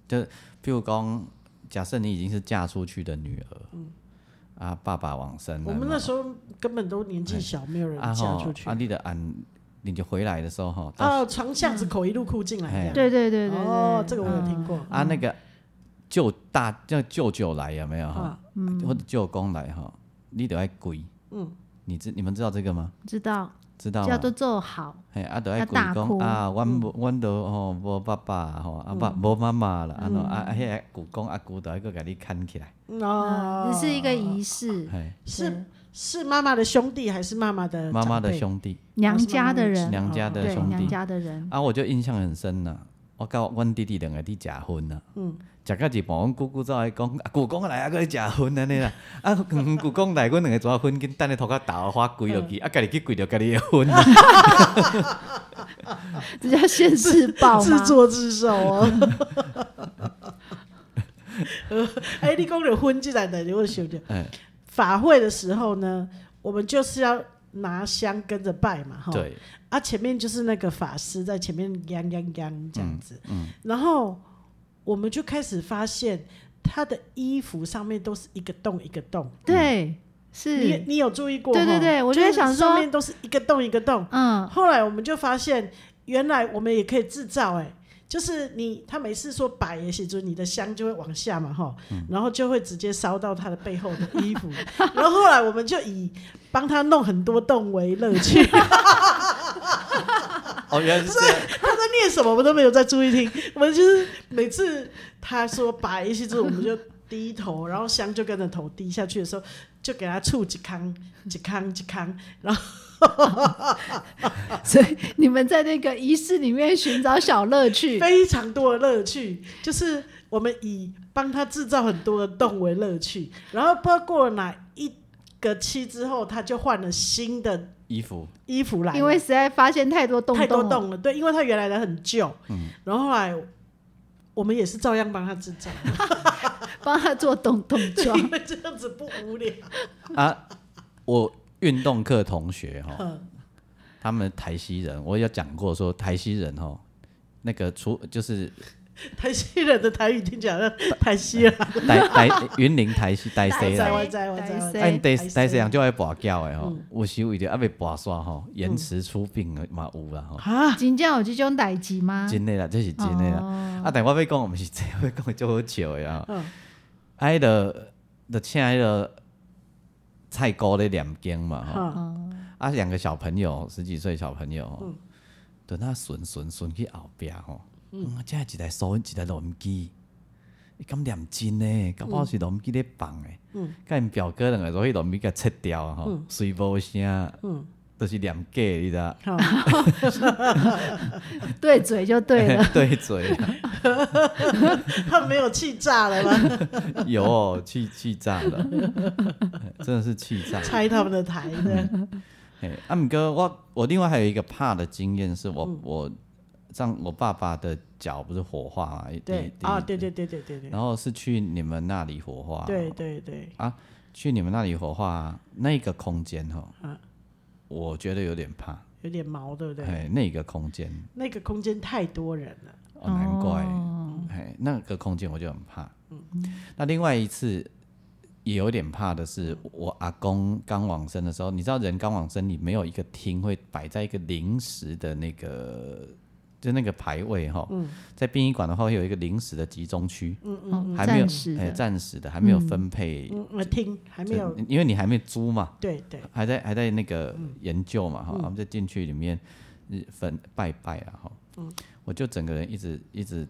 譬如讲，假设你已经是嫁出去的女儿，啊，爸爸往生，
嗯我们那
嘛
时候根本都年纪小，没有人
啊
嫁
吼
出去
啊，。你啊的按，你就回来的时候吼，到
哦，从巷子口一路哭进来这样。
对对
嗯
对对
哦，这
对，
个我有听过。
啊那个舅大
哦
叫舅舅来有没有哈？或者舅公来哈，你得爱跪，嗯，你知你们知道这个吗？
知道
知道
叫
吗？
做做好，
嘿，啊，都爱
啊
故意
大
讲
哭
啊，
嗯
阮无阮都吼无爸爸吼，啊爸无妈妈啦，啊喏
嗯
啊啊，迄个舅公阿姑都爱个甲你牵起来，
哦，
只嗯是一个仪式，
嘿，
是
对
是妈妈的兄弟还是妈妈的
妈妈
呃长
的
辈哦
兄弟，
娘家的人，
娘家的
对
兄
娘
弟，
家的人，
啊，我就印象很深啦。我甲阮弟弟两个伫食薰啦，嗯，食到一半，阮姑姑走来讲，啊，舅公来啊，搁去食薰安尼啦，啊，嗯舅公来，阮两个抓薰，紧等咧涂骹倒花跪落去，啊，家己去跪着家己的薰啦，
这叫现世报
自
吗？
作自受哦。 *laughs* 哎、你讲的婚进来的，你会想到
哎，
法会的时候呢，我们就是要拿香跟着拜嘛，哈。。
对，
啊，前面就是那个法师在前面央央央这样子，然后我们就开始发现他的衣服上面都是一个洞一个洞。
对，
你
是，
你有注意过哈？
对对对我就在
是
想说
上面都是一个洞一个洞。
嗯，
后来我们就发现，原来我们也可以制造、哎，就是你他每次说摆的时候，你的香就会往下嘛，哈、然后就会直接烧到他的背后的衣服。 *laughs* 然后后来我们就以帮他弄很多洞为乐趣。 *laughs*
哦，原来是这样，
他在念什么，我们都没有在注意听。我们就是每次他说摆一些之后，我们就低头，然后香就跟着头低下去的时候，就给他触几康几康几康，然后
所以你们在那个仪式里面寻找小乐趣，
非常多的乐趣，就是我们以帮他制造很多的洞为乐趣。然后包括哪一个期之后，他就换了新的
衣服，
衣服来了，
因为实在发现太多洞
太多
了
洞了，对，因为他原来的很旧，
嗯
然后后来我们也是照样帮他制造，
帮他做洞洞
对，
装。
因为这样子不无聊。
啊，我运动课同学
哦
哈、
嗯
他们台西人，我有讲过说台西人哈、那个除就是
台西人的台语听起来好像台西
*laughs*
人，
台 *laughs* 台云林台西台西
台
人，
我知我知我知
哎
啊，因台
台西
台西人就爱跋筊的吼，有时为着啊未跋煞吼，延迟出殡的嘛有啦吼，
啊，
真正有这种代志吗？
真的啦，这是真的啦。
哦
啊，但我要讲，毋是这个，我要讲的足好笑的啊
嗯。
啊，迄个就请迄个菜姑咧念经嘛吼。
哈，
哦
啊，两个小朋友，十几岁小朋友，哦，等他顺顺顺去后壁吼，嗯，啊，这一台收音，一台录音机，伊敢念真呢，搞不好是录音机咧放诶，嗯，甲因表哥两个都去录音机甲切掉啊吼，随无声，嗯，都是念假的，你知道？
好，
对嘴就对了，
*laughs* 对嘴，
*laughs* 他没有气炸了吗？
有哦气气炸了， *laughs* 真的是气炸。
拆他们的台的，
哎，阿姆哥，我我另外还有一个怕的经验是我、我让我爸爸的脚不是火化嘛，
对
第
啊，对
第
对对对对对
然后啊是去你们那里火化，
对，对对，
去你们那里火化那个空间哈，我觉得有点怕，
有点毛，啊对不对？
哎，那个空间，
那个空间太多人了，
哦，难怪，哎，那个空间我就很怕。
嗯
那另外一次也有点怕的是，我阿公刚往生的时候，你知道人刚往生，你没有一个厅会摆在一个临时的那个。就那个牌位哈，
嗯
在殡仪馆的话会有一个临时的集中区，
哦
还没有
暂时
哎
的，
暂时的还没有分配
嗯，我听还没有，嗯
就因为你还没租嘛，
对对，
还在还在那个研究嘛哈，我们就进去里面呃分拜拜啊哈，
嗯
我就整个人一直一直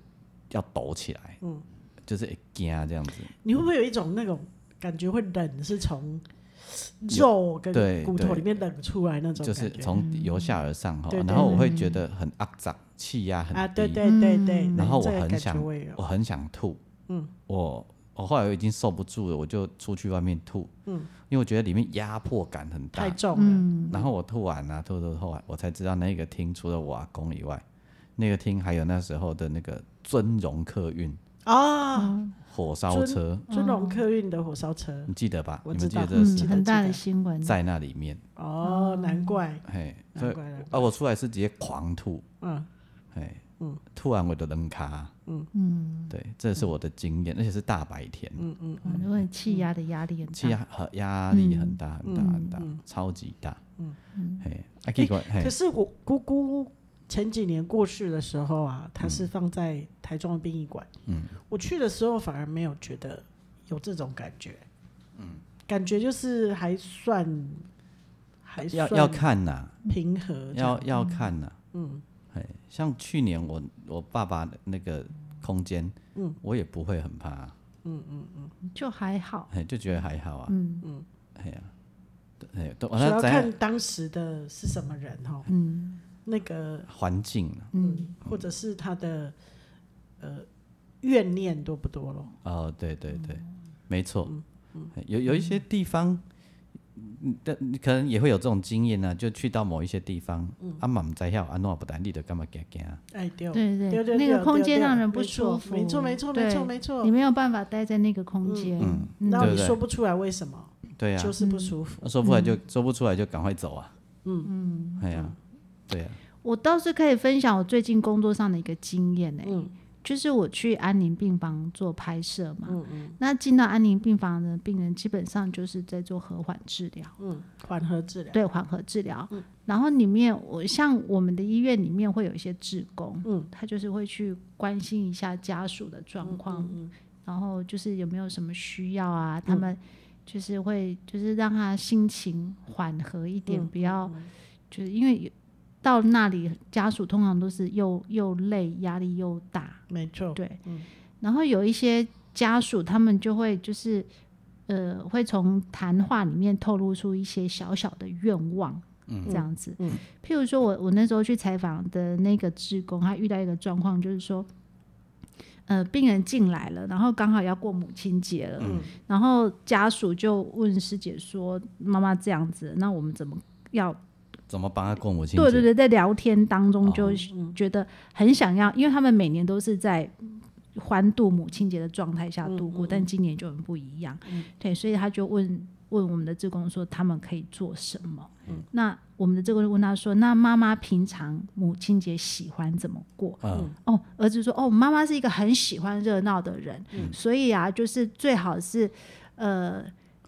要抖起来，
嗯
就是会惊啊这样子，
你会不会有一种那种感觉会冷，是从肉跟
对
骨头
对
里面冷出来那种
就
感
是
觉？嗯
从由下而上哈
对，对
然后我会觉得很肮脏，气压很低，
啊，对对对对，
然后我
这个
很
感觉
想
我也有
我很想吐，嗯，我我后来我已经受不住了，我就出去外面吐，嗯，因为我觉得里面压迫感很大
太，重了，
嗯，
然后我吐完啊，吐吐后来，我才知道那个厅除了我阿公以外，那个厅还有那时候的那个尊荣客运
啊，
火烧车，
尊龙客运的火烧车，
你记得吧？
我
你
知
们记
道
得这个
嗯
事，
很大的新闻，
在那里面，
哦，难怪，
嘿，所
难
以
怪，难怪
啊，我出来是直接狂吐，
嗯，
嘿，吐完我的冷卡，嗯，对，这是我的经验，而且是大白天，
嗯
哦因为气压的压力很
气
大，
啊
压和压力很大
嗯
很大很大，超级大，嗯，嘿，啊，奇怪，嘿
哎可，是我姑姑前几年过世的时候啊，她
嗯
是放在台中的殡仪馆。嗯，我去的时候反而没有觉得有这种感觉。嗯，感觉就是还算还
要
算
要看呐、
平和这样，
要要看呐、嗯，哎，像去年我我爸爸的那个空间，嗯，我也不会很怕、啊，
就还好。
哎，就觉得还好啊，
嗯
哎呀、对哎，都我
主要
那在
看当时的是什么人哈，
嗯
那个
环境啊
嗯，或者是他的呃怨念多不多咯？
哦，对对对，没错，哎有有一些地方。嗯但你可能也会有这种经验呢、啊，就去到某一些地方，阿妈唔知晓，安诺不但你就干嘛惊惊啊？
哎，对
对对
对对，
那个
对
空
对
间
对
让人不
没错
舒服，
没错没错没错
对
没错
你，没有办法待在那个空间。
嗯
然后
对
你
对
说不出来为什么，
对啊
就，是不
嗯
舒服。
那说不出来就、说不出来就赶快走啊。嗯嗯，哎呀、对呀、
我倒是可以分享我最近工作上的一个经验呢、就是我去安宁病房做拍摄嘛，那进到安宁病房的病人基本上就是在做和缓治疗，
嗯，缓和治疗。嗯
对缓和治疗。然后里面我像我们的医院里面会有一些志工，
嗯
他就是会去关心一下家属的状
嗯
况，然后就是有没有什么需要啊，他
嗯
们就是会就是让他心情缓和一
嗯
点，不要就是因为有到那里家属通常都是又又累，压力又大，
没错，
对，然后有一些家属他们就会就是呃，会从谈话里面透露出一些小小的愿望，这样子。譬如说我我那时候去采访的那个志工，他遇到一个状况，就是说。呃，病人进来了，然后刚好要过母亲节了，然后家属就问师姐说：“妈妈这样子，那我们怎么要
怎么帮他过母亲节？
对对对，在聊天当中
哦
就觉得很想要，因为他们每年都是在欢度母亲节的状态下度过，但今年就很不一样。对，所以他就问问我们的志工说，他们可以做什么？那我们的志工就问他说，那妈妈平常母亲节喜欢怎么过？
嗯，
哦，儿子说，哦，妈妈是一个很喜欢热闹的人，所以啊，就是最好是呃。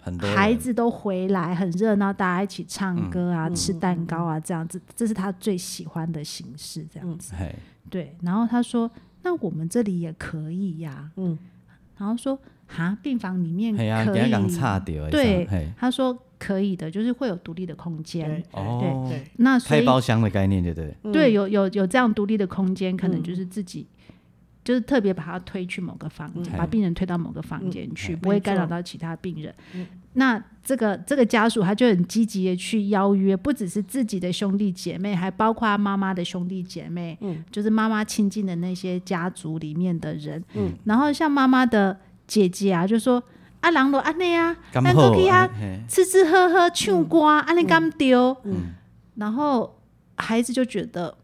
很多人
孩子都回来，很热闹，大家一起唱歌啊、
嗯
吃蛋糕啊，这样子，这是他最喜欢的形式，这样子。
嘿，
嗯
对，然后他说：“那我们这里也可以呀、
嗯，
然后说：“哈，病房里面
嘿啊，
可
给他
以。
讲差掉，
对
嘿，
他说：“可以的，就是会有独立的空
对
间。
哦，
对，
那所
开
以
包厢的概念，对不对？
嗯
对，有有有这样独立的空间，可能就是自己。就是特别把他推去某个房间，
嗯
把病人推到某个房间去，
嗯
不会
没错嗯
干扰到其他病人。那这个这个家属他就很积极的去邀约，不只是自己的兄弟姐妹，还包括妈妈的兄弟姐妹，
嗯
就是妈妈亲近的那些家族里面的人。
嗯
然后像妈妈的姐姐啊，就说：“阿郎罗安内啊，
刚
咱
好
过去啊，
嘿，
吃吃喝喝唱歌，安尼敢丢？然后孩子就觉得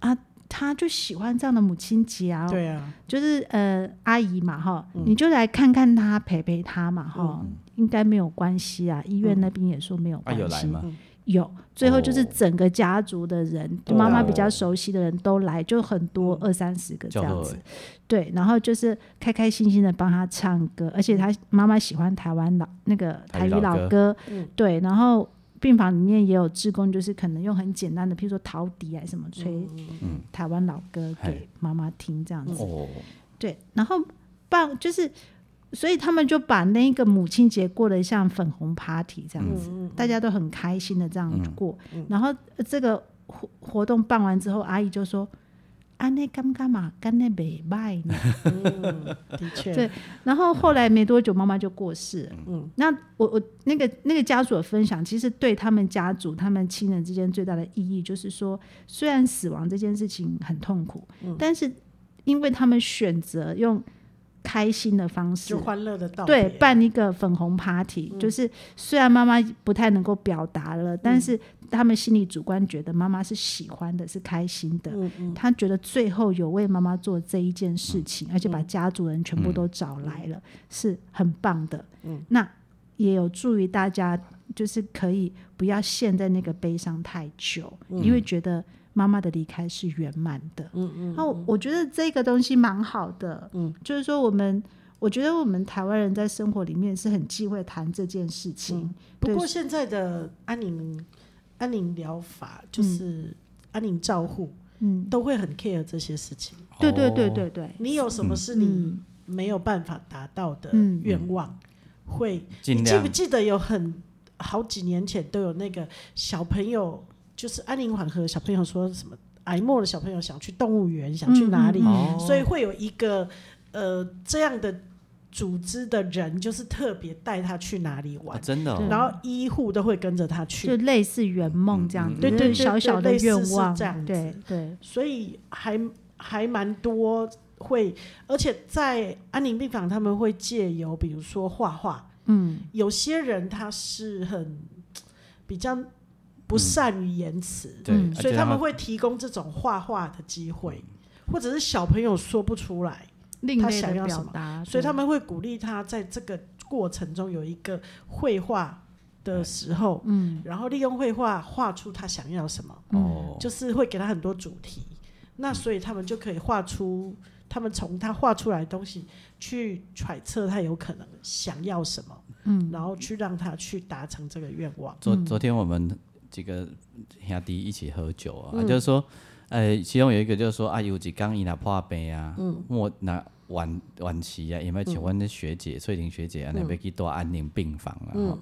啊，他就喜欢这样的母亲节啊，
对啊，
就是呃阿姨嘛哈，你就来看看他，陪陪他嘛哈，应该没有关系啊。医院那边也说没有
啊，
关
有来
系，
吗？
有最后就是
哦
整个家族的人，
对啊
妈妈比较熟悉的人都来，就很多二三十个这
就
样
好
子。对，然后就是开开心心的帮他唱歌，而且他妈妈喜欢台湾老那个
台
台
语
语
老
老歌，对，然后病房里面也有志工，就是可能用很简单的，譬如说陶笛啊什么
嗯
吹台湾老歌
嘿
给妈妈听这样子，
哦，
对，然后棒就是。所以他们就把那个母亲节过得像粉红 party 这样子，大家都很开心的这样过。然后呃这个活活动办完之后，阿姨就说：“啊安内干干嘛，干内袂歹呢。” *laughs*
的确，
对然后后来没多久，妈妈就过世了。嗯，那我我那个那个家属的分享，其实对他们家族、他们亲人之间最大的意义，就是说，虽然死亡这件事情很痛苦，但是因为他们选择用开心的方式
就。欢乐的道别
对，办一个粉红 party，、就是虽然妈妈不太能够表达了，但是他们心里主观觉得妈妈是喜欢的，是开心的。
嗯嗯
他觉得最后有为妈妈做这一件事情，而且
嗯
把家族人全部都找来了，是很棒的。嗯，那也有助于大家，就是可以不要陷在那个悲伤太久，因为觉得妈妈的离开是圆满的。
嗯嗯，
然后我觉得这个东西蛮好的，嗯，就是说我们。我觉得我们台湾人在生活里面是很忌讳谈这件事情，
嗯不
对
过现在的安宁安宁疗法就是安宁照护，
嗯，
都会很 care 这些事情。
对对对
哦，
对对，
你有什么
嗯
是你没有办法达到的
嗯
愿望，会？你
尽
记不
量
记得有很好几年前都有那个小朋友，就是安宁缓和小朋友说什么癌末的小朋友想去动物园，想去
嗯
哪里，
哦
所以会有一个呃这样的组织的人，就是特别带他去哪里玩
啊，真的哦
对
然后医护都会跟着他
就
去，
类似圆梦这样子，
对对
就是
对
小小的
类似
愿
是
望，
这样子嗯
对对，
所以还还蛮多会，而且在安宁病房他们会借由比如说画画，
嗯，
有些人他是很比较不善于言辞，
对
嗯，
啊
所以
就
他
让
们会提供这种画画的机会，或者是小朋友说不出来，
另
他
类
想
的
要什
表
么
达，
所以
啊对
他们会鼓励他在这个过程中有一个绘画的时候，
嗯
然后利用绘画画出他想要什么，
哦，嗯
就是会给他很多主题。那所以他们就可以画出，他们从他画出来的东西去揣测他有可能想要什么，
嗯
然后去让他去达成这个愿望。
昨昨天我们几个兄弟一起喝酒啊，啊
嗯
就是说，呃，其中有一个就是说，啊，有一刚伊若破病啊，
嗯
莫那晚晚期啊，因为请阮的学姐翠玲学姐安尼
嗯
要去住安宁病房啊，吼，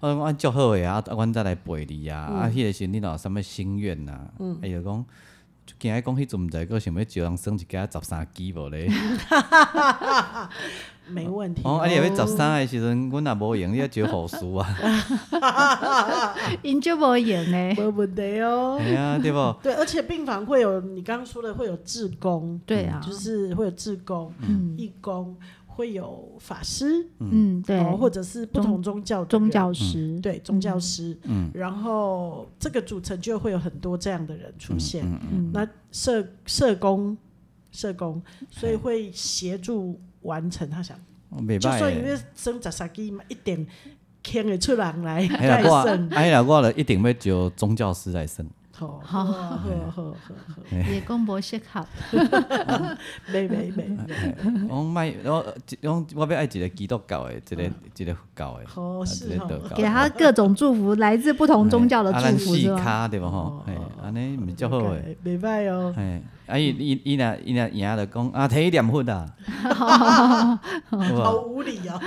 我讲啊，足好诶啊，啊阮再来陪你啊，
嗯
啊，迄个时候你若有啥物心愿呐？哎就讲。就惊伊讲，迄阵毋知个想要招人算一家十三支无
*laughs*
咧？
没问题。
哦，啊，你若要十三个时阵，阮也无用，你要招护士啊，
因就无演呢，
没问题
*laughs*
哦。
哎呀，对无？
对，而且病房会有你刚刚说的会有志工，
对啊
就是会有志工、
嗯
义工，会有法师，
嗯，对，
哦，或者是不同宗教的
宗
人
教师，
对宗
嗯
教师，
嗯
然后这个组成就会有很多这样的人出现，
嗯
那社社工社工，所以会协助完成他想，
哦袂
就
歹
算因
诶。
为生十三基嘛，一点牵得出人来
哎呀，
盖
我
胜，
哎呀，我了一定要招宗教师来算。
好，
好
好，好，好，好，好
也讲无适合，
没没
哎
没，
我卖，我我我要爱一个基督教的，一个一个佛教的，
好
啊
是
一个
嗯哦
道教的
给他各种祝福，来自不同
哎
宗教的
啊
祝
咱
福
四
是吧？
卡对吧吼？哎，安尼毋足好诶。
OK，没拜哦。
哎，啊伊伊伊若伊若赢就讲啊，提念佛啊，有
好
无？
无理哦，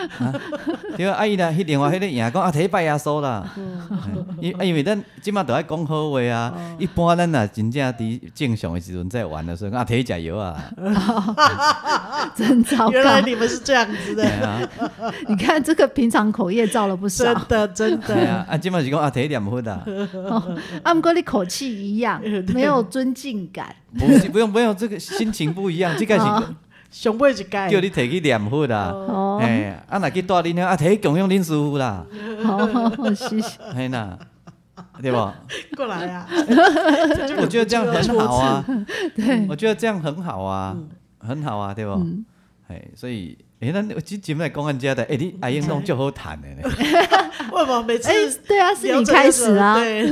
对啊，啊伊若迄另外迄个赢讲啊，提拜耶稣啦。
哦
哎因啊因为咱即马都爱讲好话啊，一般咱若真正伫正常诶时阵在玩的时候，啊提食药啊，
*laughs* 真糟
原来
糕！
你们是这样子
哎
的，
啊，
你看这个平常口业造了不
真
少，
的
*laughs*
真
哎
的，
啊，啊即马是讲啊提念佛啊。
*laughs*
阿姆哥你口气一样，没有尊敬感，
不是，不用不用，这个心情不一样，这
*laughs*
个是
哦
熊妹一盖
*laughs* 叫你摕去念佛啦。
哦
哎，啊，若去带恁遐啊，摕去供养恁师傅啦，
哦， *laughs* 谢谢，
嘿啦，对不？
过来
*laughs*
啊！
我觉得这样很
*laughs*
好啊，我觉得这样很好啊，很好啊，对不？
嗯
哎，所以，哎，咱之前来讲安
*laughs*
家的，哎，你阿英弄就好谈的呢，
啊为什么每次
哎，对啊，是
聊
你
这个
开
的
始啊，
对，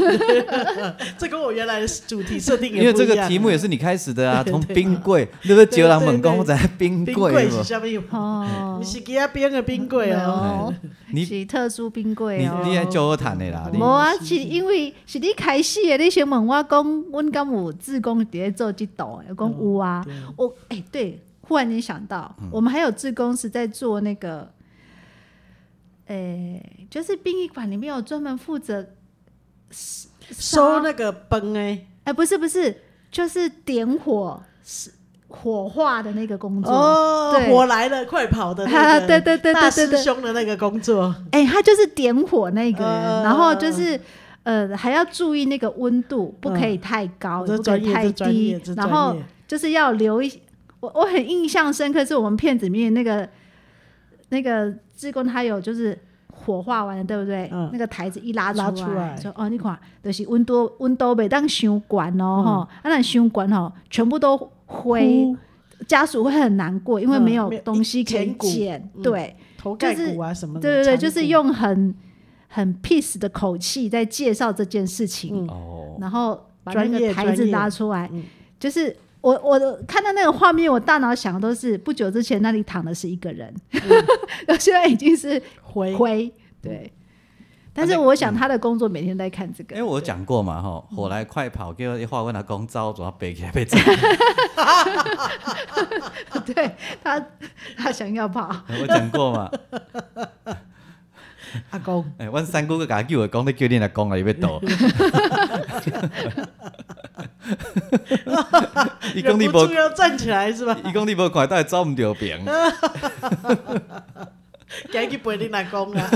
*laughs* 这跟我原来的主题设定也
因为
不
这
一样
个题目也是你开始的
*laughs*
啊，
对
从
对
冰柜，对不对？
对
叫人
对
问
对
讲在冰
冰
柜有
柜
没有
是下面有，
哦
*laughs* 你，是给他编个冰柜哦，
哦，
你
是特殊冰柜
你
啊
哦，
你还就好谈的啦，你
哦
无啊，是因为是你开始的，你先问我讲，阮敢有志工伫咧做即道的，我讲有啊。我哎、对，忽然间想到，我们还有志工是在做那个，哎、就是殡仪馆里面有专门负责
收
的，
那个崩哎，
哎、不是不是，就是点火是火化的那个工作。
哦
对，
火来了，快跑的那
啊
个，
对 *laughs* 对对对
大
对
师
对
兄的那个工作，
哎、他就是点火那个人，
呃
然后就是呃，还要注意那个温度，不可以太高，
嗯
也不可以太
这专业
低
这专业这，专
然
业
后就是要留一。我我很印象深刻，是我们片子里面那个那个志工，他有就是。火化完了，对不对？
嗯
那个台子一拉出
拉出来
说哦，你看，就是温度温度袂当伤管
嗯
哦，吼、啊，那伤管吼，全部都灰，
哭
家属会很难过，因为
嗯
没有
没有
东西可以
前骨
捡，
嗯
对。
头盖
就是
骨啊什么的，
对对对，
长
就是
骨
用很很 peace 的口气在介绍这件事情，
哦，
然后把那
专
个
业
台子
专业
拉出来
嗯，
就是。我我看到那个画面，我大脑想的都是不久之前那里躺的是一个人， *laughs* 现在已经是
灰
灰，对。但是我想他的工作每天在看这
因
个
为，哎我有讲过嘛吼，火来快跑，叫一话问阿公走，怎啊背起来被炸？
对他他想要跑，
我讲过嘛，
阿公，
诶，阮三姑个家叫我讲，你叫恁阿公来要倒。伊讲你
忍
无
不住，要站起来是吧？
伊讲你无看，到走毋着边。
赶紧陪你阿公啊！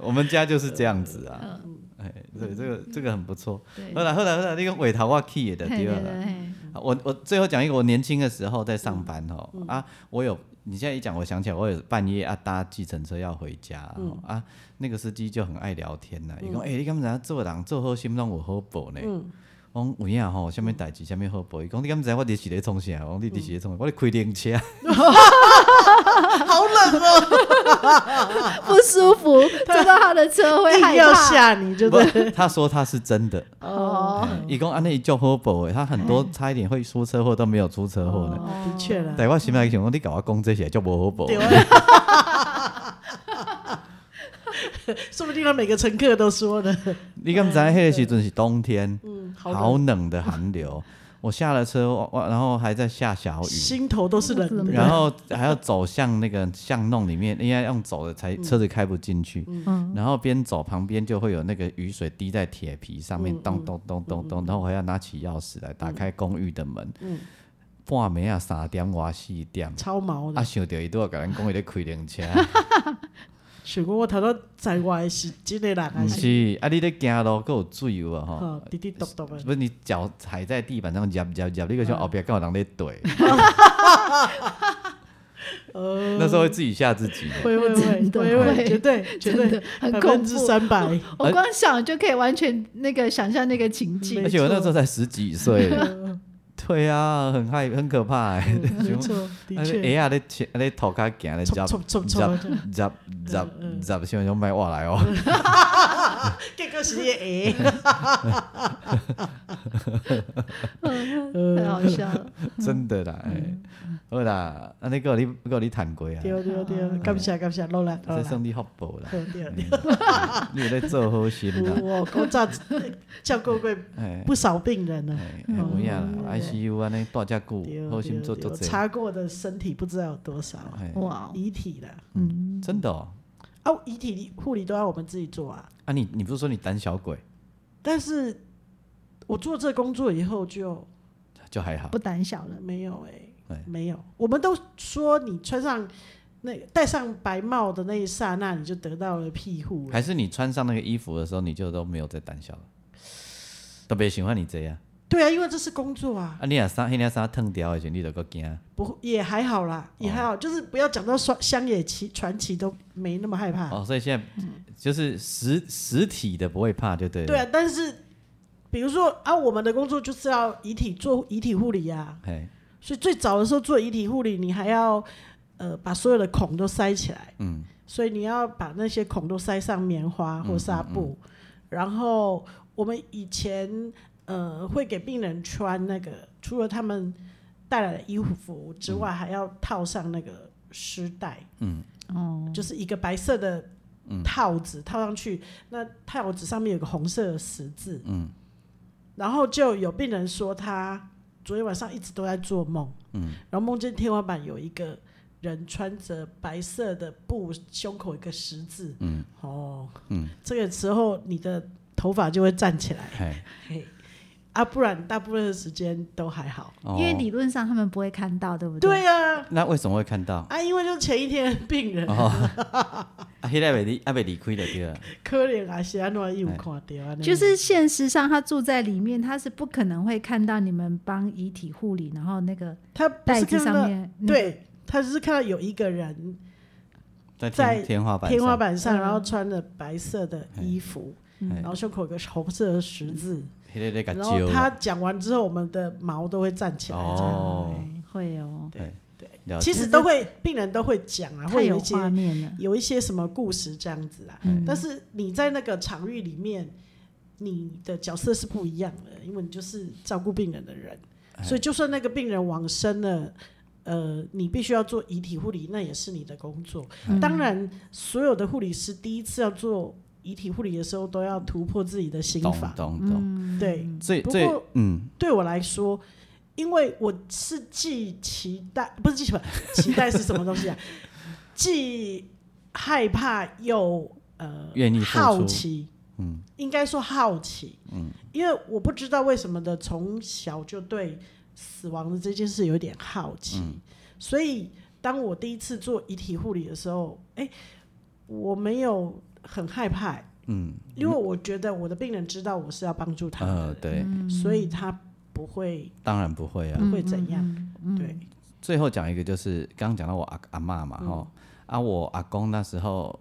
我们家就是这样子啊。哎，对，这个这个很不错。
对
后来后来后来，你讲尾头我去也的
嘿
对
对
了。
对，嘿
啊我我最后讲一个，我年轻的时候在上班哦、
嗯
啊，我有你现在一讲，我想起来，我有半夜啊搭计程车要回家、哦
嗯
啊，那个司机就很爱聊天呐、伊讲欸诶，你敢知影做人做好心拢有好报呢？
嗯
我讲有影吼，什物代志，什物好报？伊讲你敢知影我伫是咧创啥？我讲你伫是咧
嗯
创啥？我咧开
*laughs*
零车，
好冷哦，
不舒服，坐到他的车会害
硬要
怕。
吓你，就
不
对。，
他说他是真的。
哦，
伊讲啊安尼就好报诶，他很多差一点会出车祸都没有出车祸呢。
哦的确啦，
但我心内想讲，你甲我讲这些就无好报。
对啊。 *laughs* 说不定他每个乘客都说了，
你敢知影迄个时阵是冬天，
嗯，好
好
冷，
冷的
*laughs*
寒流。我下了车，我我然后还在下小雨，
心头都是冷的。
然后还要走向那个巷弄里面，应该用走的
嗯
才车子开不进去。
嗯，
然后边走旁边就会有那个雨水滴在铁皮上
嗯
面，咚咚咚咚咚，然后我还要拿起钥匙来打开公寓的门。半暝啊，三点外四点，
嗯超毛
啊，
的，
想到伊拄啊，甲咱讲伊咧开
*laughs*
零车，
想啊讲我头先在外是真的人还
毋
是？
是啊，你咧行路够有水有啊吼，
哦，滴滴答答的，
不是你脚踩在地板上夹夹夹，你个像后壁敢有人咧怼，
呃，
那时候会自己吓自己。
会会会
真的
会会，
会
绝对绝
真
对
的很
百
恐
分之
怖。
三 *laughs* 百，
我光想就可以完全那个想象那个情境
而。且我那时候才十几岁，对啊，很害很可怕欸。
没错，的
啊
确，
鞋啊咧切咧涂骹行咧夹
冲冲冲
夹
冲，这样
夹夹夹，想要卖我来哦。
结果是哎你的
嗯太好笑 *laughs* 了。
真的啦，哎、好啦，安尼个你个你谈过啊，
对对对，感谢感哎谢，落来落
这
来，
算你福报啦，
对对对，
你有在做好心啦，
我我早照顾过
哎
不少病人啊呢。
哎，哎有影啦，ICU 安尼大遮久
嗯对，
好
对
心做
对
做
我
济，
查过的身体不知道有多少
哎，
哇哦，
遗体了。嗯
真的哦，
哦，遗体护理都要我们自己做啊。
啊你你不是说你胆小鬼，
但是我做这工作以后就
就还好
不，胆小了。
没有哎、
哎
没有。我们都说你穿上那戴上白帽的那一刹那，你就得到了庇护了。
还是你穿上那个衣服的时候你就都没有再胆小了，特别喜欢你这样，
对啊，因为这是工作啊，
啊你若衫迄领衫褪掉的时候你就够惊，
不会也还好啦，也还
哦
好，就是不要讲到双乡野奇传奇都没那么害怕。嗯
哦所以现在就是实实体的不会怕就对了，
对啊，但是比如说啊，我们的工作就是要遗体做遗体护理啊，
哎，
所以最早的时候做遗体护理，你还要呃把所有的孔都塞起来，
嗯，
所以你要把那些孔都塞上棉花或纱布。然后我们以前呃会给病人穿那个，除了他们带来的衣服之外，还要套上那个湿带，
哦，
就是一个白色的套子、套上去，那套子上面有个红色的十字，嗯，然后就有病人说他昨天晚上一直都在做梦，嗯，然后梦见天花板有一个人穿着白色的布，胸口有一个十字，嗯，哦，嗯，这个时候你的头发就会站起来，
哎。
嘿，啊，不然大部分的时间都还好，
哦
因为理论上他们不会看到，对不对？
对呀、啊。哦
那为什么会看到？
因为就是前一天的病人、
啊，迄个未离，啊未离开就对了。
可怜啊，是安怎伊有看到啊？
就是现实上，他住在里面，他是不可能会看到你们帮遗体护理，然后那个
他不
袋
是
子
看
上
到，
面，嗯，
对他只是看到有一个人
在天
在
天花板上，哎
天花板上，
嗯
然后穿着白色的衣服，然后胸口有个红色的十
嗯
字。
迄个咧甲
然后
揪，
他讲完之后，我们的毛都会站起来。这样
哦
哎会哦，
了
其
解
实都会，病人都会讲啊，
太
会有
有
一些
画面了。嗯
有一些什么故事这样子啊。但是你在那个场域里面，你的角色是不一样的，因为你就是照顾病人的人，
哎
所以就算那个病人往生了。呃，你必须要做遗体护理，那也是你的工作。
嗯
嗯
当然，所有的护理师第一次要做遗体护理的时候，都要突破自己的心
懂
法。
嗯
懂懂。
对，
最
嗯不
最
过
嗯，
对我来说，因为我
*laughs*
是既期待，不是既期待，期待是什么东西啊？既害怕又呃
愿意付
好
出
奇，嗯，应该说好奇，嗯，因为我不知道为什么的，从小就对死亡的这件事有点好奇，
嗯
所以当我第一次做遗体护理的时候，哎、我没有很害怕、嗯，因为我觉得我的病人知道我是要帮助他的
呃，
人，
对，
所以他不会
当然不会啊。
不会怎样，对，
最后讲一个就是刚刚讲到我阿阿嬷嘛，吼、啊，我阿公那时候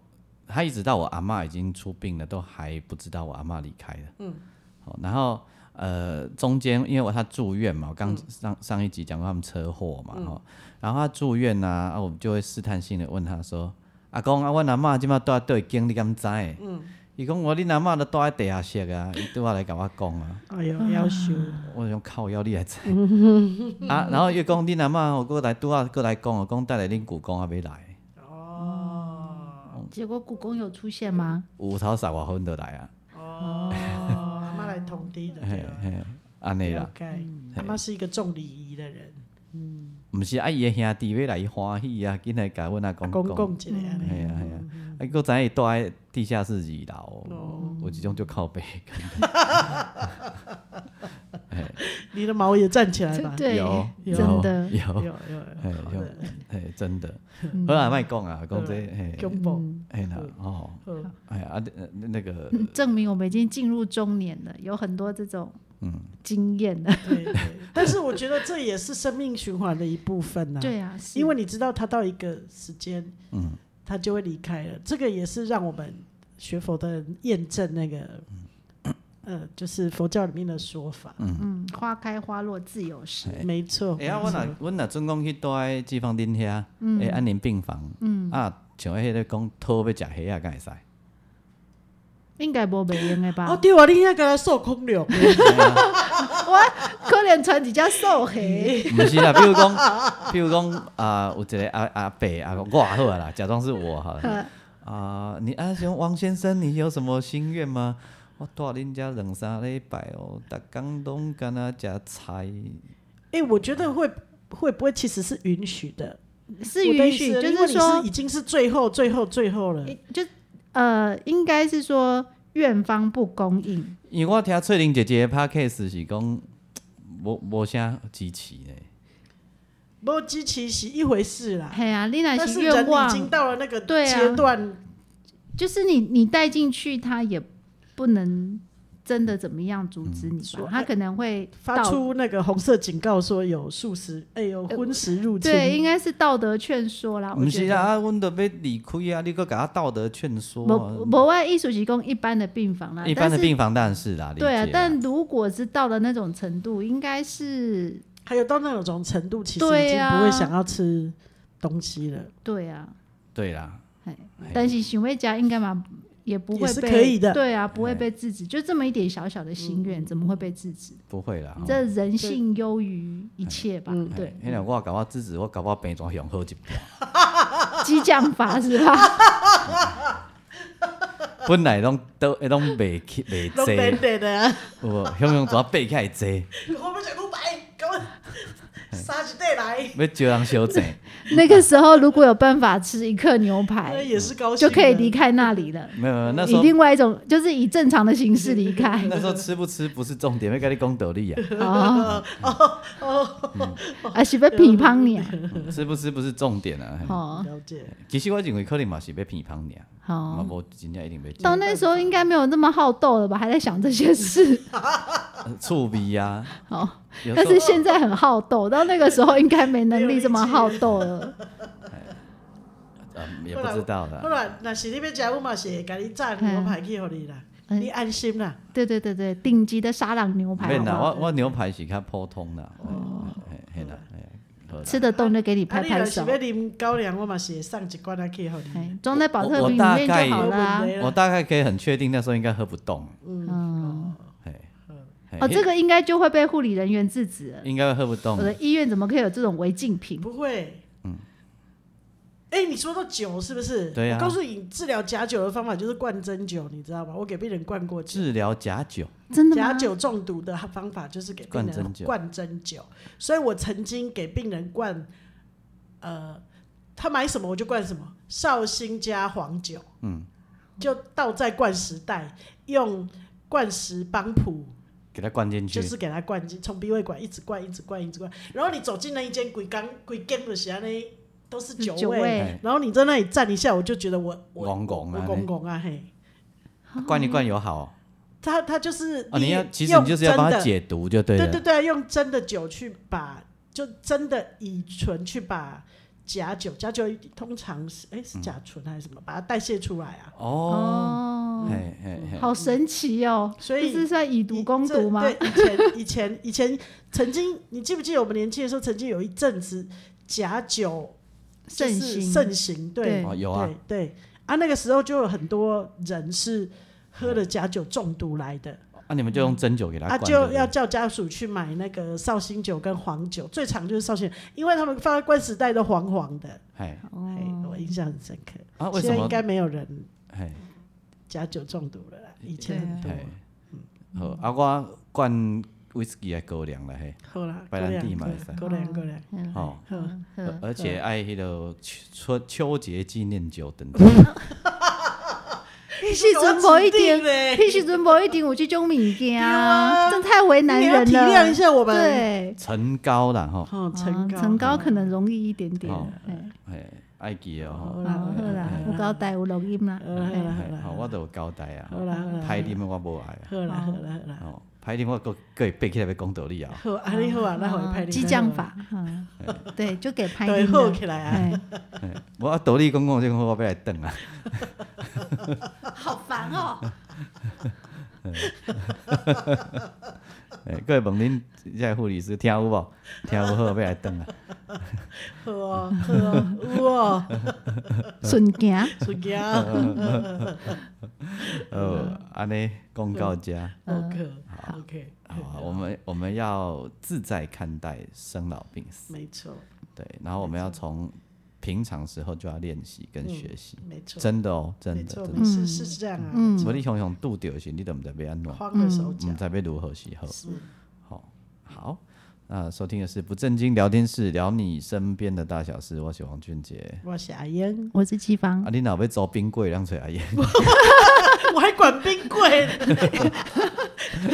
他一直到我阿嬷已经出殡了，都还不知道我阿嬷离开了。嗯，好，然后呃中间因为我他住院嘛，我刚上、上一集讲过他们车祸嘛，吼、然后他住院呐、啊，我们就会试探性的问他说：“阿公啊，我阿嬷今麦住对经，你敢知？”嗯，伊讲我恁阿嬷都住在地下室啊，伊对我来甲我讲啊。
哎呦，要修，
我用靠腰你来 *laughs* 猜啊，然后月讲恁阿嬷吼，过来拄啊，过来讲哦，讲带来恁舅公啊，要来，
结果故宫有出现吗？
有头十外分就来啊，
*laughs* 哦，阿妈来通知的，对吧
嘿，安尼
了
啦，
解，阿妈是一个重礼仪的人，
毋是啊，伊的兄弟要来伊欢喜啊，紧来甲阮阿
阿
公
公
讲，
公一个安
嘿
尼，
啊嘿啊，啊，佫知伊住在地下室二楼，有一种就靠背， *laughs*
你的毛也站起来吧，
对
有，
真
有
的嗯
有
有，
有有，
嘿
好
有
的，
嘿真的， *laughs* 好啦，莫讲啊，讲这嘿，
公公，
嘿啦，哦，
嗯
哎呀，啊呃那 *laughs* 个
嗯证明我们已经进入中年了，有很多这种
嗯
经验了。
对对，但是我觉得这也是生命循环的一部分呐，，
对啊，是
因为你知道他到一个时间，嗯，他就会离开了，这个也是让我们学佛的人验证那个，呃，就是佛教里面的说法，
嗯，花开花落自有时。
没错，
哎呀，我若我若准讲去住喺脂肪顶遐，诶，安宁病房，啊，像迄个讲讨要食虾啊，敢会使？
应该无袂用的吧？
哦，对啊，你应该给他受空 *laughs* 流，
*laughs* 我可能穿一只
*laughs*
瘦黑，
毋是啦，比如讲，比如讲啊，有一个阿阿伯啊，我好啊啦，假装是我好了。啊，你啊，像王先生，你有什么心愿吗？我住恁家两三礼拜哦，逐工拢干那食菜，
哎，我觉得会会不会其实是允许的，
是
我的
允
意思
许，
因
就
为你
是说哎
已，经是最后、最后、最后了。
就呃，应该是说院方不供应，
因为我听翠玲姐姐的 podcast 是讲，无无啥支持呢。
不过机器是一回事啦，
嘿啊，丽娜
但
是
是
愿
人已经
望，
到了那个
对啊
阶段，
就是你你带进去，他也不能真的怎么样阻止你
嗯
吧
说，
他可能会
发
道
出那个红色警告说有素食，哎、有荤食入侵。
呃对，应该是道德劝说啦，我
毋
觉
是
得
啦，啊，阮都要离开啊，你搁甲我道德劝说、啊。
某某外艺术提供一般的病房啦，
一般的
啊但是
病房当然是啦，理解
对啊
啦，
但如果是到了那种程度，应该是
还有到那种程度，其实已
对
经
啊
不会想要吃东西
*laughs*
了，
对啊，
对啦，哎
但是行为家应该嘛也不
也
会
是
被
可以的
对啊，
哎
不会被制止，就这么一点小小的心
嗯
愿，怎么会被制止？
不会啦。
这人性优于一切吧？对，
迄两我搞我制止，我搞我病床上好一半。哎
激将法是吧？ *laughs*
本来拢 *laughs* 都拢
*laughs*
袂去袂
都
坐，
等
有
等的啊。
无？向向怎爬起来坐？
我们想讲白，给我杀起队来，
要招人
*laughs*
小坐，
那个时候如果有办法吃一克牛
那
排，
也是高兴
哎就
的，
可以离开那里了。
没有没有，那时
以
候
另外一种，就是以正常的形式离
*laughs*
开
那时候吃不吃不是重点，要跟你讲
*laughs*
道理啊。
*laughs*
哦，
哦
啊是被批判你啊？
*laughs*
嗯吃不吃不是重点啊。嘿
哦，
了解。
其实我认为可能嘛是要偏旁尔，嘛
好，
无真正一定要
到那时候应该没有那么好斗了吧？还在想这些事，
呃趣味啊。
好。
有
但
时
是
候
现在很好斗，到那个时候应该没能力这么好斗了。
嗯也不知道
不
啦，
然，那是你要食，我嘛是会给你炸牛排去给你啦，
嗯
你安心啦。
对对对对，顶级的沙朗牛排
免
好不
啦，
好，
我我牛排是较普通啦。
哦
嘿嘿嘿啦，嘿好啦
吃得动就给你
啊，
拍
你若
拍
是
手
要。啉高粱，我嘛是会送一罐啊去给你。
哎装在保特
我
瓶
大
里面
概
就好了啊、
有
我大概可以很确定那时候应该喝不动，
嗯，
嘿，嘿
哦，这个应该就会被护理人员制止了。
应该会喝不动
我。的医院怎么可以有这种违禁品？
不会。
嗯
哎、你说到酒是不是？
对啊
我告诉你，治疗假酒的方法就是灌针酒，你知道吗？我给病人灌过酒。
治疗假酒，
真的
假
吗？
酒中毒的方法就是给病
灌针
人
酒
灌针酒，所以我曾经给病人灌，呃，他买什么我就灌什么，绍兴加黄酒，嗯，就倒在灌时代，用灌时帮浦，
给它灌进去
就，是给他灌进，从鼻胃管一直灌，一直灌，一直灌。然后你走进那一间鬼缸，鬼缸的啥呢，都是酒
酒
味。
味
哎
然后你在那里站一下，我就觉得我我
拱拱
我
啊，
公公啊嘿，
灌一灌有好哦
他他就是
哦。你要其实
用
你就是要帮
真
它
的
解毒就对
对
了
对。对，用真的酒去把，就真的乙醇去把假酒，假酒通常是哎、
嗯
是甲醇还是什么，把它代谢出来啊。
哦，
哦，
嘿嘿嘿，
好神奇哦！
所以
这是算以毒攻毒吗？
以这对，以前以前以前曾经，你记不记得我们年轻的时候，曾经有一阵子假酒就
盛
是
行，
盛行，对
对
哦有啊，
对对啊，那个时候就有很多人是喝了假酒中毒来的。
那你们就用针灸给它
啊，
灌对
就
不对，
要叫家属去买那个绍兴酒跟黄酒，最常就是绍兴酒，因为他们放在冠时代都黄黄的，
嘿
哦
哎、我印象很深刻。
啊，为
现
什
在应
么？
该没有人
嘿
假酒中毒了啦，以前很多。
对啊
嘿，
嗯
好，啊，我灌 whisky 的高粱了嘿，
好啦，
白兰地嘛
够了够了够了，
嗯
哦，
嗯
而
嗯
而且爱迄个秋秋秋节纪念酒等
*laughs*
等。
迄时阵无一定，
嘞，
迄时阵无一定有这种物件啊，
对啊
真太为难
你
人
要
了。
体谅一下我们。
对，
陈高啦吼，
哦，
啊
陈高，
层高可能容易一点点。
哦
嘿
嘿，爱记得哦
好
吼。
啦
好好啦，
好
有交代有录音啦。
好啦好啦
嘿好，我都有交代啊。
好啦好啦好啦
歹啉的我无爱啊。
好啦好啦好啦，
哦，歹啉我个个背起来要讲道理啊。
好，啊你好啊，那好拍你。
哦激将，法，嗯，对，就给拍
对，
定
好
了。
起来啊，
哎，
我啊道理讲讲，这个我要来等啊。
好烦哦！
嘿各位问恁这护理师听有无？听有好要来
*laughs*
等啊。
好哦好哦，有哦，
顺行，
出啊
*laughs*
嗯
家
哦，安尼讲到遮，
嗯，OK
嗯
OK，
好啊，我们我们要自在看待生老病死，
没错。
对，然后我们要从平常时候就要练习跟学习，
嗯没错，
真的哦，真
没
的
错，
真
没
的。
事，是这样啊，
嗯
无你想想拄着时，你都毋知要安怎，
慌了手脚
毋，知要如何是好。
是
好，好，那收听的是不正经聊天室，聊你身边的大小事。我是王俊杰。
我是阿英，
我是季芳
啊，，你哪要租冰柜让找阿姨？
*laughs* 我还管冰柜， *laughs*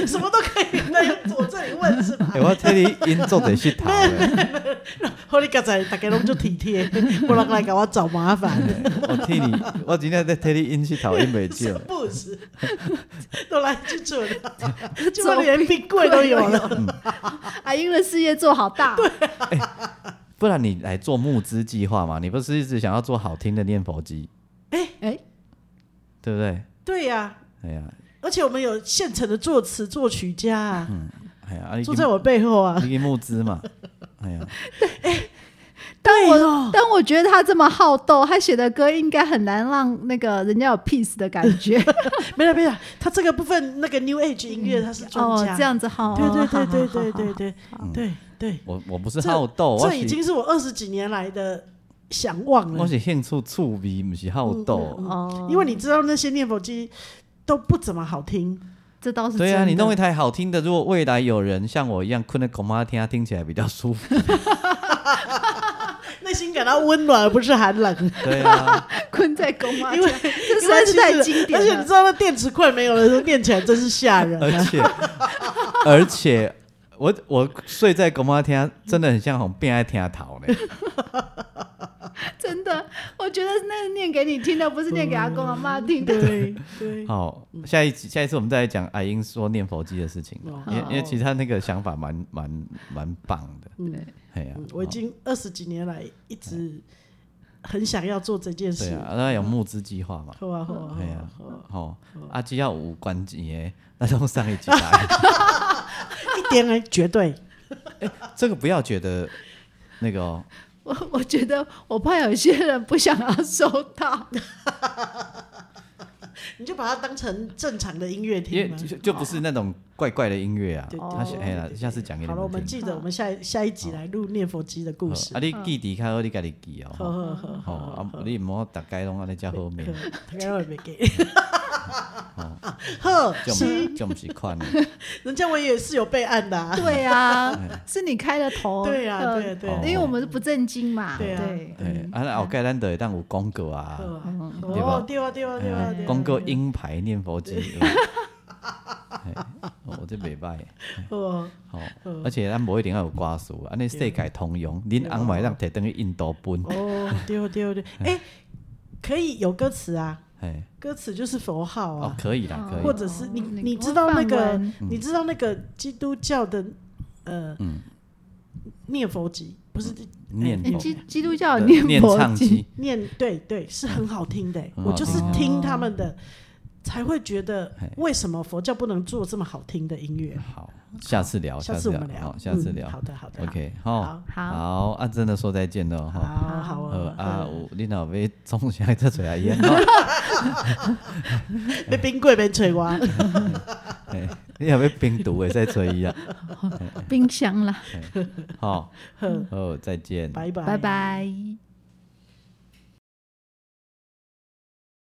什么都可以来我这里问是吧
*laughs* 哎，？我替你因做者去头
*laughs*
的，
好，你刚才大家拢就体贴，不然来给我找麻
*laughs*
烦，
哎我替你，我今天在替你因去头，因袂
是
少。
不是？ *laughs* 都来去准 *laughs* 了，结果连冰柜都有了，
阿英的事业做好大，
不然你来做募资计划嘛？你不是一直想要做好听的念佛机，
哎，
对不对？
对呀。
哎呀，
而且我们有现成的作词作曲家、啊，
哎呀，啊你去
坐在我背后啊。
你去募资嘛？哎呀，
但
对
我
哦
但我觉得他这么好斗，他写的歌应该很难让那个人家有 peace 的感
*laughs*
觉
没了没了，他这个部分那个 New Age 音乐他是专
哦
家，，
这样子好，
对对
好
对对
好
对
好好
对对对对，
我我不是
这
好斗，哦我
这已
是
经是我二十几年来的想望
我
了。
是兴趣趣味，不是
嗯
好斗。
哦，
因为你知道那些念佛机都不怎么好听，
这倒
嗯
是
对
真
啊，
的
你
*laughs*
弄一台好听的，如果未来有人像我一样困在恐怕啊听，听起来比较舒服。 *laughs*
内心感到温暖而不是寒冷，
对啊，
困在公妈
*laughs*
家，
因为
这实在是太经典
而且你
了
知。道那电池快没有了， *laughs* 念起来真是吓人
而
啊！
且而且我我睡在恐怕听，真的很像红变爱听头呢。
真的，我觉得那个念给你听的，不是念给阿公阿妈听的。
对对，
*laughs* 好，下一集下一次我们再来讲阿英说念佛机的事情，
哦
因为因为其实他那个想法蛮蛮蛮棒的。
嗯，
哎呀，
我已经二十几年来一直很想要做这件
对
事，
啊，那有募资计划嘛？
好啊好啊
哎
好
呀
啊好啊，
吼，啊，只要有有关节，那从上一
*laughs*
集来，
一点哎，绝对
这个不要觉得那个哦，
我我觉得我怕有些人不想要收
*laughs*
到，
你就把它当成正常的音乐
因为
听嘛。
就就不是那种怪怪的音乐啊
对。
他
对
哎呀
对，
下次讲给你
好了，我们
们听。
记得我们下一下一集来录念佛机的故
好
事
啊，。你记底看，你家己记哦。
好
吼
好好
*laughs* 吼，啊，你唔好大概拢安尼才好命。
大概我也没给。 *laughs* 呵，
种种是
*laughs*
款的，
人家我也是有备案的、啊。
对啊，是你开了
*laughs*
头。
对啊
呃
对啊对
啊
因为我们是不正经嘛。
对啊
对
对，啊，那后盖咱就会当有广告啊，
呵
嗯
对吧
哦，对啊，对啊，对啊，
哎
对
呀
啊
广告鹰牌念佛
*laughs*
机，有没有哎哦我这袂歹，
哦，
吼，而且咱无一定要有歌词，安尼世界通用，恁翁买咱摕等去印度分，
哦，对啊，对啊，对
*laughs*
啊，哎，可以有歌词啊，
哎，
歌词就是佛号
哦
啊，，
可以嗯啦，可
或
以，
者是你
哦
你
你
知道那
我
个
放完
你知道那个基督教的呃
嗯
念佛集不是
念
哎
佛
啊
基基督教有
对
念
念
佛
唱
经
机，
念对对是很好听的欸，
很
我
好
就是
听
听
哦
他们的。才会觉得
嘿
为什么佛教不能做这么好听的音乐？
好，下次聊，
下
下
次
次
我们
聊，
聊
好，，下次
嗯
聊
好的，好的。
，OK，
好
好，
好
好，啊，真的说再见了，
好
哈。
好好
呃
哦
啊，
嗯
有你若要总想遮做阿姨，
*laughs* 要冰柜边吹我，
嘿你若要冰毒的再做伊啊，
冰箱啦，
吼，
呵
好，再见。
拜拜，
拜。拜。